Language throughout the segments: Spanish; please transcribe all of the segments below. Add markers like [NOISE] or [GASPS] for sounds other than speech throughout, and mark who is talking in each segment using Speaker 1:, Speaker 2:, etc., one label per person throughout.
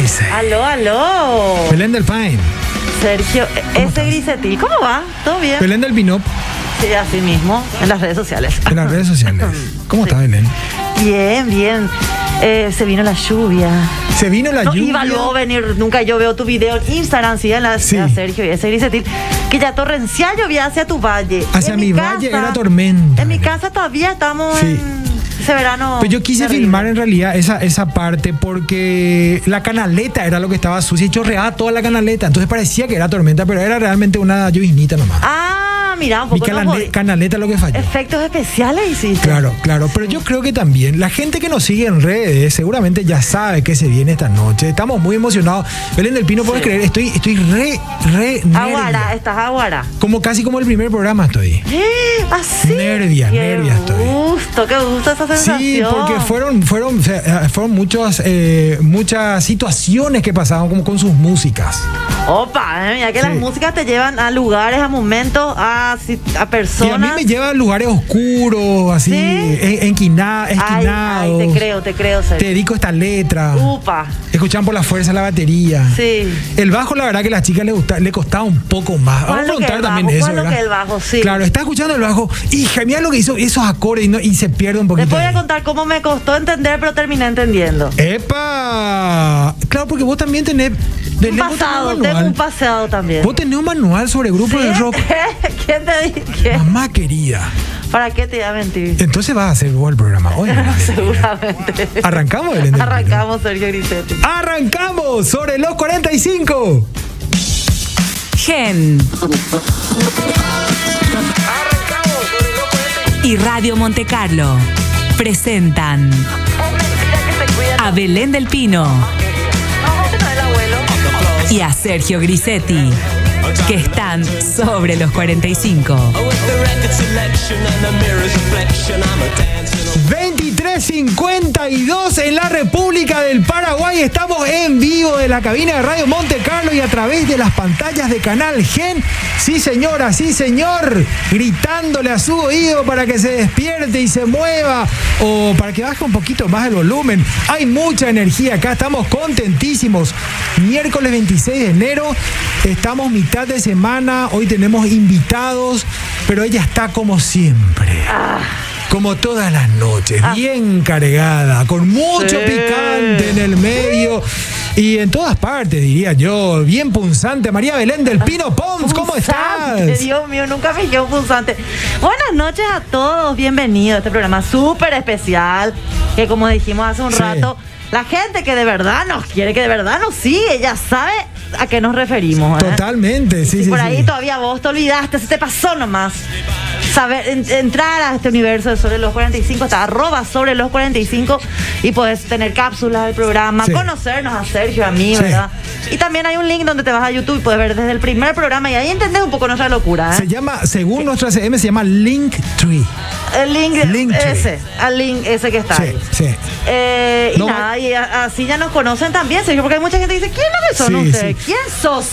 Speaker 1: dice?
Speaker 2: Aló, aló.
Speaker 1: Belén del Fine.
Speaker 2: Sergio, ese grisetil, ¿cómo va? ¿Todo bien?
Speaker 1: Belén del Binop
Speaker 2: Sí, así mismo, en las redes sociales.
Speaker 1: en las redes sociales. ¿Cómo está Belén?
Speaker 2: [LAUGHS] Bien, bien. Eh, se vino la lluvia.
Speaker 1: Se vino la
Speaker 2: No
Speaker 1: lluvia.
Speaker 2: iba luego a venir, nunca yo veo tu video en Instagram, sí, en la
Speaker 1: Sí.
Speaker 2: ciudad Sergio y ese grisetil, que ya torrencial llovía hacia tu valle.
Speaker 1: Hacia
Speaker 2: En
Speaker 1: mi valle era tormenta,
Speaker 2: En mi
Speaker 1: Belén.
Speaker 2: casa todavía estamos
Speaker 1: Sí.
Speaker 2: en ese verano.
Speaker 1: Pues yo quise
Speaker 2: terrible.
Speaker 1: filmar en realidad esa, esa parte porque la canaleta era lo que estaba sucia y chorreaba toda la canaleta. Entonces parecía que era tormenta, pero era realmente una llovinita nomás.
Speaker 2: Ah, mira, un
Speaker 1: Mi
Speaker 2: poco no
Speaker 1: canale-
Speaker 2: jodí.
Speaker 1: canaleta lo que falló.
Speaker 2: Efectos especiales hiciste.
Speaker 1: Claro, claro, pero yo creo que también la gente que nos sigue en redes seguramente ya sabe que se viene esta noche. Estamos muy emocionados. Belén del Pino, ¿puedes
Speaker 2: Sí.
Speaker 1: creer? Estoy, estoy re, re
Speaker 2: Aguara,
Speaker 1: nervia.
Speaker 2: estás aguara.
Speaker 1: Como casi como el primer programa estoy.
Speaker 2: ¡Eh! [GASPS] Así.
Speaker 1: Nervia,
Speaker 2: qué
Speaker 1: nervia estoy.
Speaker 2: gusto, qué gusto esa sensación.
Speaker 1: Sí, porque fueron, fueron, o sea, eh, fueron muchas, eh, muchas situaciones que pasaban como con sus músicas.
Speaker 2: Opa, eh, mira que las
Speaker 1: Sí.
Speaker 2: músicas te llevan a lugares, a momentos, a, si- a
Speaker 1: Y a mí
Speaker 2: personas.
Speaker 1: me lleva a lugares oscuros, así,
Speaker 2: Sí.
Speaker 1: en- enquina-
Speaker 2: ay, ay,
Speaker 1: esquinados.
Speaker 2: te creo, te creo,
Speaker 1: Te
Speaker 2: Sergio.
Speaker 1: dedico esta letra.
Speaker 2: Upa.
Speaker 1: Escuchaban por la fuerza la batería.
Speaker 2: Sí.
Speaker 1: El bajo, la verdad que a las chicas le, gusta- le costaba un poco más.
Speaker 2: ¿Cuál
Speaker 1: Vamos a
Speaker 2: lo que
Speaker 1: preguntar
Speaker 2: el
Speaker 1: también
Speaker 2: bajo?
Speaker 1: eso,
Speaker 2: ¿Cuál lo
Speaker 1: ¿verdad?
Speaker 2: que el bajo? Sí.
Speaker 1: Claro, está escuchando el bajo y gemía lo que hizo esos acordes y, no- y se pierde un
Speaker 2: Les
Speaker 1: poquito.
Speaker 2: voy a
Speaker 1: ahí.
Speaker 2: contar cómo me costó entender, pero terminé entendiendo.
Speaker 1: ¡Epa! Claro, porque vos también tenés...
Speaker 2: Un
Speaker 1: Belén, vos tenés
Speaker 2: pasado,
Speaker 1: manual.
Speaker 2: tengo un pasado también.
Speaker 1: Vos tenés un manual sobre grupos de rock.
Speaker 2: [LAUGHS] ¿Quién te di- quién?
Speaker 1: Mamá querida.
Speaker 2: ¿Para qué te iba
Speaker 1: [LAUGHS]
Speaker 2: a mentir? [LAUGHS]
Speaker 1: Entonces vas a hacer vos el programa hoy. Belén.
Speaker 2: Seguramente.
Speaker 1: ¿Arrancamos, Belén? del Pino?
Speaker 2: Arrancamos, Sergio Grisetti.
Speaker 1: ¡Arrancamos sobre los 45!
Speaker 3: Gen y Radio Monte Carlo presentan a Belén del Pino y a Sergio Grisetti, que están sobre los 45.
Speaker 4: With the record selection and the mirror's reflection, I'm a dancing.
Speaker 1: 2352 en la República del Paraguay. Estamos en vivo de la cabina de Radio Monte Carlo y a través de las pantallas de Canal Gen. Sí, señora, sí, señor. Gritándole a su oído para que se despierte y se mueva o para que baje un poquito más el volumen. Hay mucha energía acá. Estamos contentísimos. Miércoles 26 de enero. Estamos mitad de semana. Hoy tenemos invitados, pero ella está como siempre. Como todas las noches,
Speaker 2: Ah.
Speaker 1: bien cargada, con mucho picante en el medio y en todas partes, diría yo. Bien punzante. María Belén del Pino Pons, ¿cómo
Speaker 2: Ah. Punzante,
Speaker 1: estás?
Speaker 2: Eh, Dios mío, nunca me llevo punzante. Buenas noches a todos, bienvenidos a este programa súper especial, que como dijimos hace un
Speaker 1: Sí.
Speaker 2: rato, la gente que de verdad nos quiere, que de verdad nos sigue, ya sabe a qué nos referimos. ¿eh?
Speaker 1: Totalmente, sí,
Speaker 2: si
Speaker 1: sí.
Speaker 2: por
Speaker 1: sí.
Speaker 2: ahí todavía vos te olvidaste, se te pasó nomás. Saber, en- entrar a este universo de sobre los 45, está arroba sobre los 45 y podés tener cápsulas del programa,
Speaker 1: Sí.
Speaker 2: conocernos a Sergio, a mí,
Speaker 1: Sí.
Speaker 2: ¿verdad? Y también hay un link donde te vas a YouTube y puedes ver desde el primer programa y ahí entendés un poco nuestra locura. ¿eh?
Speaker 1: Se llama, según nuestra CM, se llama Link Tree.
Speaker 2: El link,
Speaker 1: Linktree.
Speaker 2: ese, al link ese que está
Speaker 1: Sí,
Speaker 2: ahí.
Speaker 1: sí.
Speaker 2: Eh, y
Speaker 1: No,
Speaker 2: nada, y a- así ya nos conocen también, Sergio, porque hay mucha gente que dice, ¿quiénes son
Speaker 1: Sí,
Speaker 2: ustedes?
Speaker 1: sí.
Speaker 2: ¿Quién sos?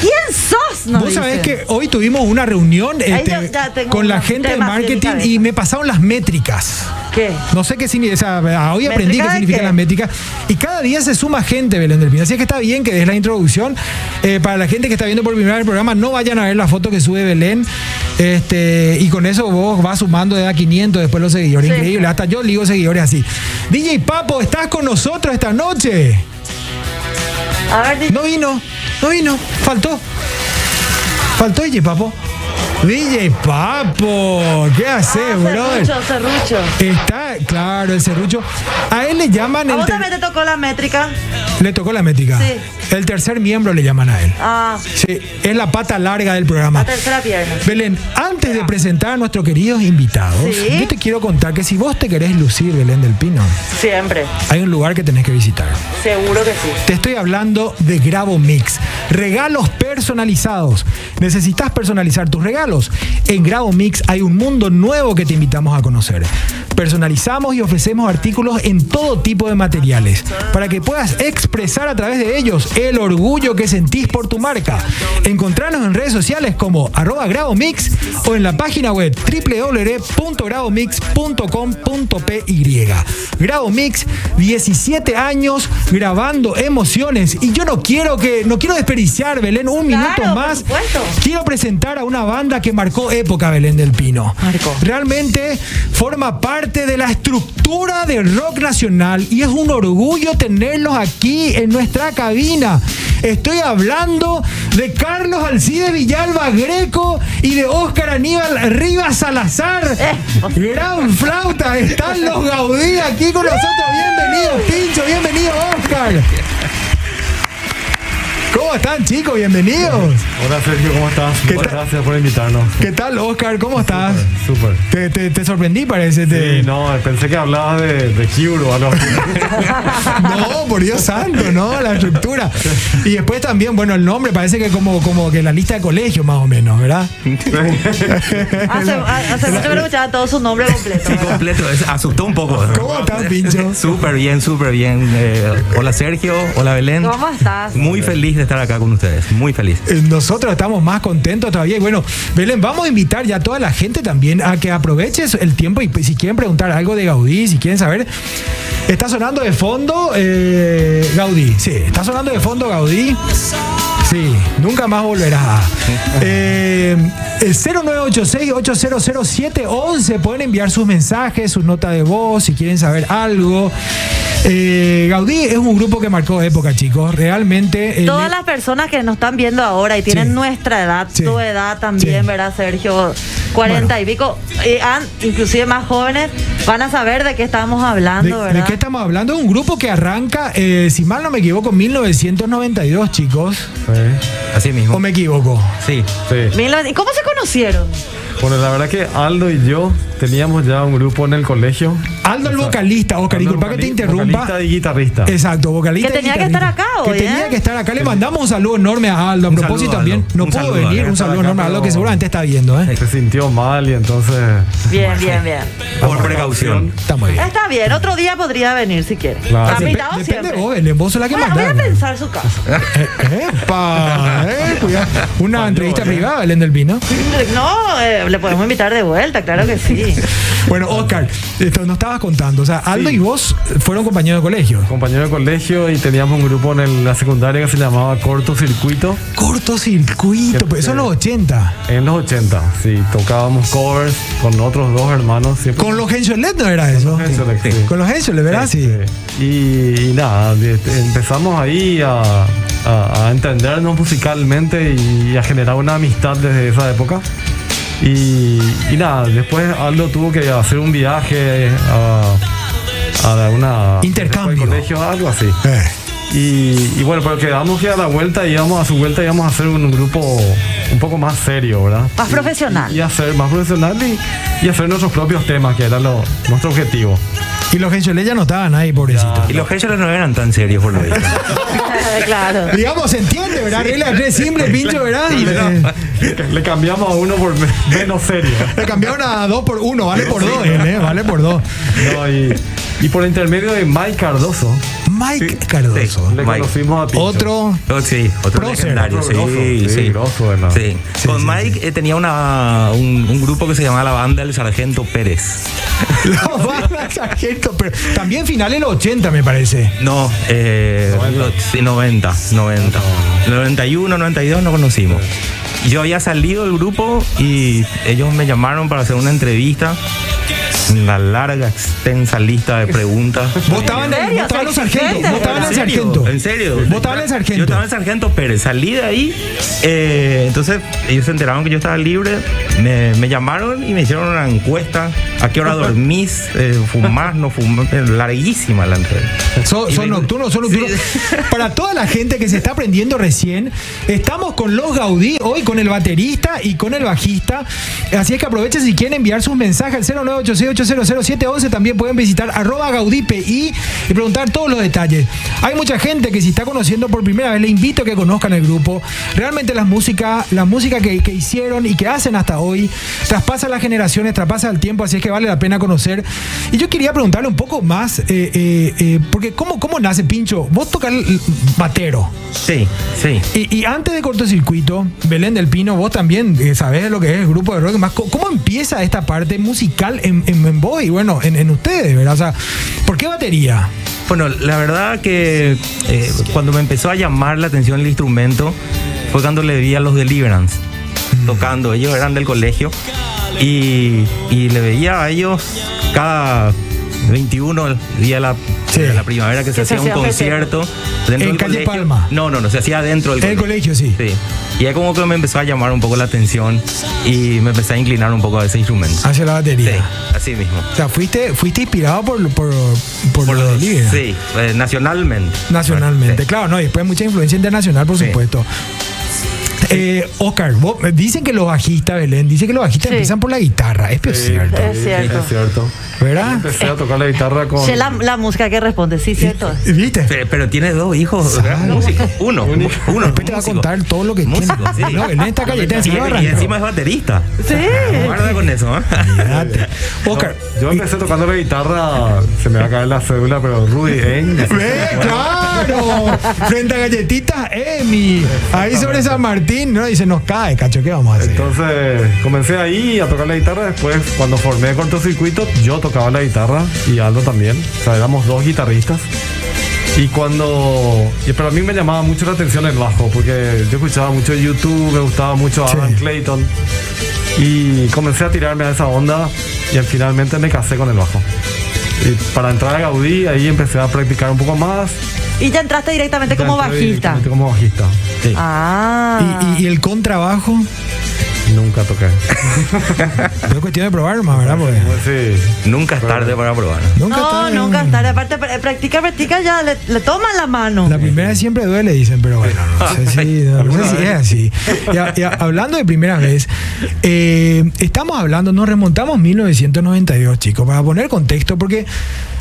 Speaker 2: ¿Quién sos? Nos
Speaker 1: Vos sabés
Speaker 2: dicen.
Speaker 1: que hoy tuvimos una reunión este,
Speaker 2: yo ya tengo
Speaker 1: con la
Speaker 2: unos
Speaker 1: gente de
Speaker 2: temas en mi
Speaker 1: marketing
Speaker 2: cabeza.
Speaker 1: y me pasaron las métricas.
Speaker 2: ¿Qué?
Speaker 1: No sé qué significa, o sea, hoy aprendí
Speaker 2: ¿Métrica
Speaker 1: qué
Speaker 2: de
Speaker 1: significan
Speaker 2: qué?
Speaker 1: las métricas. Y cada día se suma gente, Belén del Pino. Así que está bien que des la introducción. Eh, para la gente que está viendo por primera vez el programa, no vayan a ver la foto que sube Belén. Este, y con eso vos vas sumando de a 500 después los seguidores.
Speaker 2: Sí.
Speaker 1: Increíble, hasta yo ligo seguidores así. DJ Papo, ¿estás con nosotros esta noche?
Speaker 2: A ver, di-
Speaker 1: No vino, no vino, faltó. Faltó DJ Papo. DJ Papo, ¿qué haces,
Speaker 2: Ah,
Speaker 1: brother?
Speaker 2: Serrucho, Serrucho.
Speaker 1: Está, claro, el serrucho. A él le llaman
Speaker 2: ¿A
Speaker 1: el
Speaker 2: vos
Speaker 1: ter-
Speaker 2: también te tocó la métrica?
Speaker 1: Le tocó la métrica.
Speaker 2: Sí.
Speaker 1: El tercer miembro le llaman a él.
Speaker 2: Ah,
Speaker 1: Sí, es la pata larga del programa.
Speaker 2: la tercera pierna.
Speaker 1: [LAUGHS] Belén, antes de presentar a nuestros queridos invitados,
Speaker 2: Sí.
Speaker 1: yo te quiero contar que si vos te querés lucir, Belén del Pino,
Speaker 2: Siempre,
Speaker 1: hay un lugar que tenés que visitar.
Speaker 2: seguro que sí.
Speaker 1: Te estoy hablando de Grabo Mix. Regalos personalizados. Necesitas personalizar tus regalos. En Grado Mix hay un mundo nuevo que te invitamos a conocer. Personalizamos y ofrecemos artículos en todo tipo de materiales para que puedas expresar a través de ellos el orgullo que sentís por tu marca. Encontranos en redes sociales como arroba Grado Mix o en la página web www.gradomix.com.py. Grado Mix, 17 años grabando emociones y yo no quiero que no quiero desperdiciar Belén un
Speaker 2: Claro,
Speaker 1: minuto
Speaker 2: por
Speaker 1: más.
Speaker 2: supuesto.
Speaker 1: Quiero presentar a una banda que marcó época Belén del Pino.
Speaker 2: Marcó.
Speaker 1: Realmente forma parte de la estructura del rock nacional y es un orgullo tenerlos aquí en nuestra cabina. Estoy hablando de Carlos Alcide Villalba Greco y de Óscar Aníbal Rivas Salazar. Gran flauta, están los Gaudí aquí con nosotros. Bienvenidos, Pincho, bienvenido, Óscar. ¿Cómo están, chicos? Bienvenidos.
Speaker 5: Hola Sergio, ¿cómo estás?
Speaker 1: ¿Qué
Speaker 5: Muchas
Speaker 1: tal?
Speaker 5: gracias por invitarnos.
Speaker 1: ¿Qué tal, Oscar? ¿Cómo estás?
Speaker 5: Súper.
Speaker 1: Te, te- te sorprendí, parece. te-
Speaker 5: Sí, no, pensé que hablabas de, de Hero o algo así.
Speaker 1: [LAUGHS] No, por Dios santo, ¿no? La estructura. Y después también, bueno, el nombre parece que como, como que la lista de colegio, más o menos, ¿verdad?
Speaker 2: Hace, ah, hace mucho que no escuchaba todo su nombre completo.
Speaker 6: Sí,
Speaker 2: ¿verdad?
Speaker 6: completo. es- asustó un poco.
Speaker 1: ¿Cómo estás, Pincho?
Speaker 6: [LAUGHS] Súper bien, súper bien. Eh, hola Sergio, hola Belén.
Speaker 2: ¿Cómo estás?
Speaker 6: Muy feliz de estar acá con ustedes, muy feliz.
Speaker 1: Eh, Nosotros estamos más contentos todavía. Y bueno, Belén, vamos a invitar ya a toda la gente también a que aproveches el tiempo y pues, si quieren preguntar algo de Gaudí, si quieren saber. Está sonando de fondo eh, Gaudí. Sí, está sonando de fondo Gaudí. Sí, nunca más volverá. Eh, el 0986-800711 pueden enviar sus mensajes, sus notas de voz, si quieren saber algo. Eh, Gaudí es un grupo que marcó época, chicos. Realmente. eh,
Speaker 2: Todas las personas que nos están viendo ahora y tienen
Speaker 1: Sí.
Speaker 2: nuestra edad,
Speaker 1: Sí.
Speaker 2: tu edad también,
Speaker 1: Sí.
Speaker 2: ¿verdad, Sergio? 40 y pico, eh, han- inclusive más jóvenes, van a saber de qué estamos
Speaker 1: ¿De,
Speaker 2: hablando,
Speaker 1: de
Speaker 2: ¿verdad?
Speaker 1: qué estamos hablando? Un grupo que arranca, eh, si mal no me equivoco, 1992, chicos.
Speaker 5: Sí,
Speaker 6: Así mismo.
Speaker 1: ¿O me equivoco?
Speaker 6: Sí.
Speaker 5: sí.
Speaker 2: Mil nove- ¿Y cómo se conocieron?
Speaker 5: Bueno, la verdad que Aldo y yo teníamos ya un grupo en el colegio.
Speaker 1: Aldo el vocalista, Oscar,
Speaker 5: Aldo,
Speaker 1: disculpa que te
Speaker 5: vocali-
Speaker 1: interrumpa.
Speaker 5: Vocalista y guitarrista.
Speaker 1: Exacto, vocalista.
Speaker 2: Que tenía
Speaker 1: y
Speaker 2: que estar
Speaker 1: guitarrista.
Speaker 2: acá hoy,
Speaker 1: Que tenía
Speaker 2: ¿eh?
Speaker 1: que estar acá. Le mandamos un saludo enorme a Aldo. A
Speaker 6: Un
Speaker 1: propósito
Speaker 6: saludo,
Speaker 1: también,
Speaker 6: Aldo.
Speaker 1: no
Speaker 6: Un
Speaker 1: pudo
Speaker 6: saludo,
Speaker 1: venir.
Speaker 6: Aldo.
Speaker 1: Un saludo
Speaker 5: Acá,
Speaker 1: enorme a Aldo
Speaker 5: pero-
Speaker 1: que seguramente está viendo, ¿eh?
Speaker 5: Se sintió mal y entonces...
Speaker 2: Bien, bien, bien.
Speaker 6: Por precaución.
Speaker 1: Está muy bien.
Speaker 2: Está bien, otro día podría venir si quiere.
Speaker 5: Claro.
Speaker 2: Está
Speaker 5: Dep-
Speaker 2: invitado
Speaker 1: Depende
Speaker 2: siempre.
Speaker 1: de vos, Belén, vos sos la que
Speaker 2: Bueno, voy a
Speaker 1: mandás.
Speaker 2: pensar su caso.
Speaker 1: Eh, Epa, eh, cuidado. Una
Speaker 5: Falló,
Speaker 1: entrevista
Speaker 5: ¿eh?
Speaker 1: privada, Belén del Pino.
Speaker 2: [LAUGHS] No, eh, le podemos invitar de vuelta, claro que sí.
Speaker 1: Bueno, Oscar, esto nos estabas contando. O sea, Aldo
Speaker 5: Sí.
Speaker 1: y vos fueron compañeros de colegio.
Speaker 5: Compañero de colegio y teníamos un grupo en el- la secundaria que se llamaba Cortocircuito
Speaker 1: Cortocircuito, pero eso es los 80.
Speaker 5: en los 80. Sí, tocábamos covers con otros dos hermanos. Siempre
Speaker 1: Con los Hensel no era eso.
Speaker 5: Eso, sí.
Speaker 1: Con los Hensel, ¿verdad? Sí.
Speaker 5: Y, y nada, de- empezamos ahí a, a- a entendernos musicalmente y a generar una amistad desde esa época. Y, y nada, después Aldo tuvo que hacer un viaje a, a una
Speaker 1: Intercambio.
Speaker 5: después del colegio, algo así.
Speaker 1: Eh,
Speaker 5: Y, y bueno, pero quedamos que a la vuelta íbamos a su vuelta íbamos a hacer un grupo un poco más serio, ¿verdad?
Speaker 2: Más profesional.
Speaker 5: Y hacer más profesional y, y hacer nuestros propios temas, que era lo, nuestro objetivo.
Speaker 1: Y los Hensel ya no estaban ahí, pobrecito.
Speaker 6: Y los Hedgehogs no eran tan serios por lo
Speaker 1: [LAUGHS]
Speaker 6: visto.
Speaker 2: [LAUGHS] claro.
Speaker 1: Digamos, se entiende, ¿verdad? Regla re simple, pincho, ¿verdad? Eh,
Speaker 5: [LAUGHS] Le cambiamos a uno por me- menos serio.
Speaker 1: Le cambiaron a dos por uno, vale por dos, él, ¿eh? Vale por dos.
Speaker 5: No, y, y por intermedio de Mike Cardoso,
Speaker 1: Mike Cardoso.
Speaker 6: Sí.
Speaker 5: le
Speaker 6: Mike.
Speaker 5: conocimos a Pincho.
Speaker 1: Otro.
Speaker 6: Oh, sí, otro
Speaker 1: Prócer.
Speaker 6: legendario.
Speaker 5: Otro
Speaker 6: Sí,
Speaker 5: grosso, sí,
Speaker 6: sí.
Speaker 5: grosso, ¿verdad?
Speaker 6: Sí.
Speaker 1: Sí,
Speaker 6: Con
Speaker 1: sí,
Speaker 6: Mike eh, tenía una, un, un grupo que se llamaba la banda El Sargento Pérez.
Speaker 1: [LAUGHS] La banda sargento, pero también final en los 80, me parece.
Speaker 6: No, eh, lo- sí, 90, 90. 91, 92 no conocimos. Yo había salido del grupo y ellos me llamaron para hacer una entrevista. Una larga, extensa lista de preguntas.
Speaker 1: [LAUGHS] Vos estaban
Speaker 2: ¿En
Speaker 1: en
Speaker 2: serio?
Speaker 1: vos estaban en los sargentos.
Speaker 2: ¿Sargento?
Speaker 1: Vos estaban en el
Speaker 6: serio?
Speaker 1: sargento.
Speaker 6: ¿En serio?
Speaker 1: Vos estabas en el sargento.
Speaker 6: Yo estaba en el sargento Pérez. Salí de ahí. eh, entonces, ellos se enteraron que yo estaba libre. Me, me llamaron y me hicieron
Speaker 1: [LAUGHS]
Speaker 6: una encuesta. ¿A qué hora dormís? Eh, ¿Fumás? ¿No fumás? Eh, Larguísima la entrevista.
Speaker 1: Son,
Speaker 6: Y
Speaker 1: son
Speaker 6: me-
Speaker 1: nocturnos, son
Speaker 6: Sí.
Speaker 1: nocturnos. Para toda la gente que se está aprendiendo recién, estamos con los Gaudí hoy, con el baterista y con el bajista. Así es que aprovechen si quieren enviar sus mensajes al 0986800711. También pueden visitar arroba Gaudí PI y preguntar todos los detalles. Hay mucha gente que si está conociendo por primera vez, le invito a que conozcan el grupo. Realmente las música, la música que, que hicieron y que hacen hasta hoy traspasa las generaciones, traspasa el tiempo, así es que vale la pena conocer. Y yo quería preguntarle un poco más, eh, eh, eh, porque ¿cómo, ¿cómo nace Pincho? Vos tocas el batero.
Speaker 6: Sí, sí.
Speaker 1: Y, y antes de cortocircuito, Belén del Pino, vos también eh, sabés lo que es el grupo de rock. Más, Co- ¿Cómo empieza esta parte musical en, en, en vos y bueno, en, en ustedes, verdad? O sea, ¿por qué batería?
Speaker 6: Bueno, la verdad que eh, cuando me empezó a llamar la atención el instrumento fue cuando le vi a los Deliverance tocando. Ellos eran del colegio y, y le veía a ellos cada 21 el día de la,
Speaker 1: Sí.
Speaker 6: de la primavera que se
Speaker 2: Que se
Speaker 6: hacía un
Speaker 2: hacía
Speaker 6: concierto.
Speaker 1: En
Speaker 6: dentro del
Speaker 1: calle
Speaker 6: colegio.
Speaker 1: Palma.
Speaker 6: No, no, no, se hacía dentro del
Speaker 1: En el colegio, sí.
Speaker 6: Sí. Y ahí como que me empezó a llamar un poco la atención y me empecé a inclinar un poco a ese instrumento.
Speaker 1: Hacia la
Speaker 6: Sí,
Speaker 1: batería.
Speaker 6: así mismo.
Speaker 1: O sea, fuiste, fuiste inspirado por, por, por,
Speaker 6: Por
Speaker 1: los
Speaker 6: los-
Speaker 1: Deliverance.
Speaker 6: sí, eh, nacionalmente.
Speaker 1: Nacionalmente,
Speaker 6: Sí.
Speaker 1: claro, no, y después mucha influencia internacional, por
Speaker 6: Sí.
Speaker 1: supuesto. Eh, Oscar, vos- dicen que los bajistas, Belén, dicen que los bajistas
Speaker 2: Sí.
Speaker 1: empiezan por la guitarra, es cierto,
Speaker 2: Es cierto.
Speaker 5: Es cierto.
Speaker 1: ¿verdad?
Speaker 5: Empecé a tocar la guitarra con.
Speaker 2: Che, la, la música que responde, sí, cierto.
Speaker 1: ¿Viste?
Speaker 6: Pero, pero tiene dos hijos.
Speaker 1: Sabe.
Speaker 6: ¿verdad? Músico. Uno. Uno.
Speaker 5: Después
Speaker 1: Después te va a
Speaker 6: músico.
Speaker 1: contar todo lo que
Speaker 6: Músico,
Speaker 1: tiene.
Speaker 6: sí.
Speaker 1: No, Belén está calleta
Speaker 6: Y,
Speaker 1: encima.
Speaker 6: y encima es baterista.
Speaker 2: Sí.
Speaker 6: Guarda con eso, ¿eh?
Speaker 1: Fíjate. Oscar.
Speaker 5: Yo empecé tocando la guitarra, se me va a caer la cédula, pero Rudy Eng.
Speaker 1: ¡Ve, claro! Frente a galletitas, Emi. Ahí sobre San Martín, ¿no? Dice, nos cae, cacho, ¿qué vamos a hacer?
Speaker 5: Entonces comencé ahí a tocar la guitarra. Después, cuando formé cortocircuito, yo tocaba la guitarra y Aldo también. O sea, éramos dos guitarristas. Y cuando. y- pero a mí me llamaba mucho la atención el bajo, porque yo escuchaba mucho YouTube, me gustaba mucho
Speaker 1: Sí.
Speaker 5: Alan Clayton. Y comencé a tirarme a esa onda y al- finalmente me casé con el bajo. Y para entrar a Gaudí, ahí empecé a practicar un poco más.
Speaker 2: Y ya entraste directamente como
Speaker 5: Entré
Speaker 2: bajista.
Speaker 5: directamente Como bajista.
Speaker 6: Sí.
Speaker 2: Ah.
Speaker 1: Y, y- y el contrabajo,
Speaker 5: Nunca toqué.
Speaker 1: es cuestión de probar más, ¿verdad? Porque
Speaker 5: Sí.
Speaker 6: Nunca es tarde para probar.
Speaker 1: nunca
Speaker 2: no,
Speaker 1: está-
Speaker 2: nunca estaré. Aparte, pr- practica, practica, ya le, le toman la mano.
Speaker 1: La primera siempre duele, dicen, pero bueno, no sé si, no sé si es así. Y a- y a- hablando de primera vez, eh, estamos hablando, nos remontamos 1992, chicos, para poner contexto, porque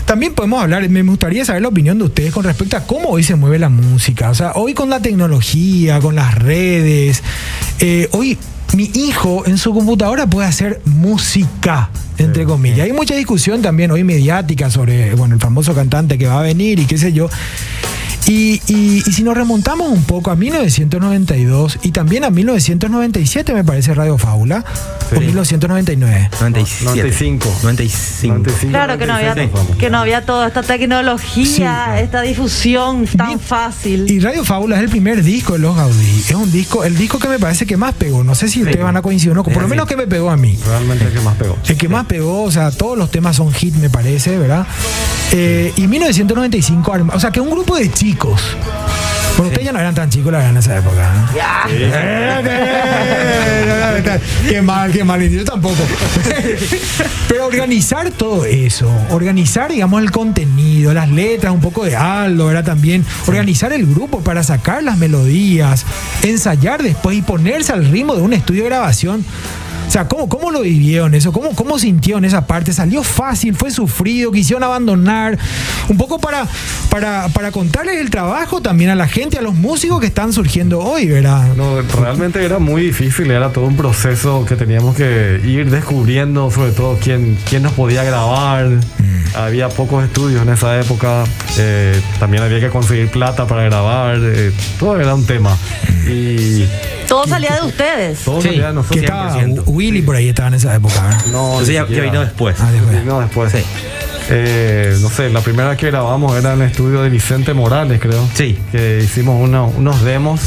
Speaker 1: también podemos hablar, me gustaría saber la opinión de ustedes con respecto a cómo hoy se mueve la música. O sea, hoy con la tecnología, con las redes, eh, hoy mi hijo en su computadora puede hacer música, entre comillas. Hay mucha discusión también hoy mediática sobre, bueno, el famoso cantante que va a venir y qué sé yo. Y, y- y si nos remontamos un poco a 1992 y también a 1997, me parece Radio Fábula, o
Speaker 5: Sí.
Speaker 1: 1999.
Speaker 6: 95.
Speaker 5: 95.
Speaker 6: 95.
Speaker 2: Claro que no había, que no había toda esta tecnología, esta difusión tan
Speaker 1: Bien.
Speaker 2: fácil.
Speaker 1: Y Radio Fábula es el primer disco de los Gaudí. Es un disco, el disco que me parece que más pegó. No sé si ustedes van a coincidir o no, por lo
Speaker 6: Sí.
Speaker 1: menos que me pegó a mí.
Speaker 5: Realmente el que más pegó.
Speaker 1: El que más pegó, o sea, todos los temas son hit, me parece, ¿verdad? Eh, y 1995, arma- o sea, que un grupo de chicos. Bueno, ustedes ya no eran tan chicos, la verdad, en esa época. ¿eh? ¿no? qué mal, qué mal, yo tampoco. Pero organizar todo eso, organizar, digamos, el contenido, las letras, un poco de Aldo, ¿verdad? También organizar el grupo para sacar las melodías, ensayar después y ponerse al ritmo de un estudio de grabación. O sea, ¿cómo, cómo lo vivieron eso? ¿Cómo, ¿Cómo sintieron esa parte? ¿Salió fácil? ¿Fue sufrido? ¿Quisieron abandonar? Un poco para, para, para contarles el trabajo también a la gente, a los músicos que están surgiendo hoy, ¿verdad?
Speaker 5: No, realmente era muy difícil, era todo un proceso que teníamos que ir descubriendo, sobre todo quién, quién nos podía grabar. Había pocos estudios en esa época, eh, también había que conseguir plata para grabar, eh, todo era un tema. Y
Speaker 2: Todo salía de ustedes.
Speaker 5: todo
Speaker 6: Sí.
Speaker 5: salía de
Speaker 1: Que
Speaker 5: nosotros.
Speaker 1: estaba
Speaker 6: 100%.
Speaker 1: Willy por ahí estaba en esa época, ¿verdad?
Speaker 5: No,
Speaker 6: Entonces
Speaker 5: ni
Speaker 6: ya, ya
Speaker 5: siquiera.
Speaker 6: vino después.
Speaker 1: Ah, después.
Speaker 5: Vino después.
Speaker 6: pues. Sí.
Speaker 5: Eh, no sé, la primera que grabamos era en el estudio de Vicente Morales, creo.
Speaker 6: Sí.
Speaker 5: Que hicimos una- unos demos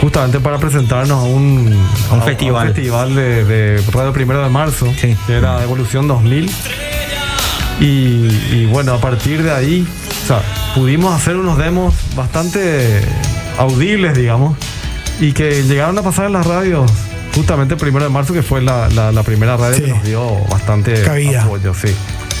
Speaker 5: justamente para presentarnos a un,
Speaker 6: A un festival.
Speaker 5: festival de, de Radio Primero de Marzo,
Speaker 6: Sí.
Speaker 5: que era Evolución 2000. Y, y bueno, a partir de ahí, o sea, pudimos hacer unos demos bastante audibles, digamos, y que llegaron a pasar en las radios. Justamente el primero de marzo, que fue la, la- la primera radio
Speaker 1: Sí.
Speaker 5: que nos dio bastante
Speaker 1: Cabida.
Speaker 5: apoyo, sí.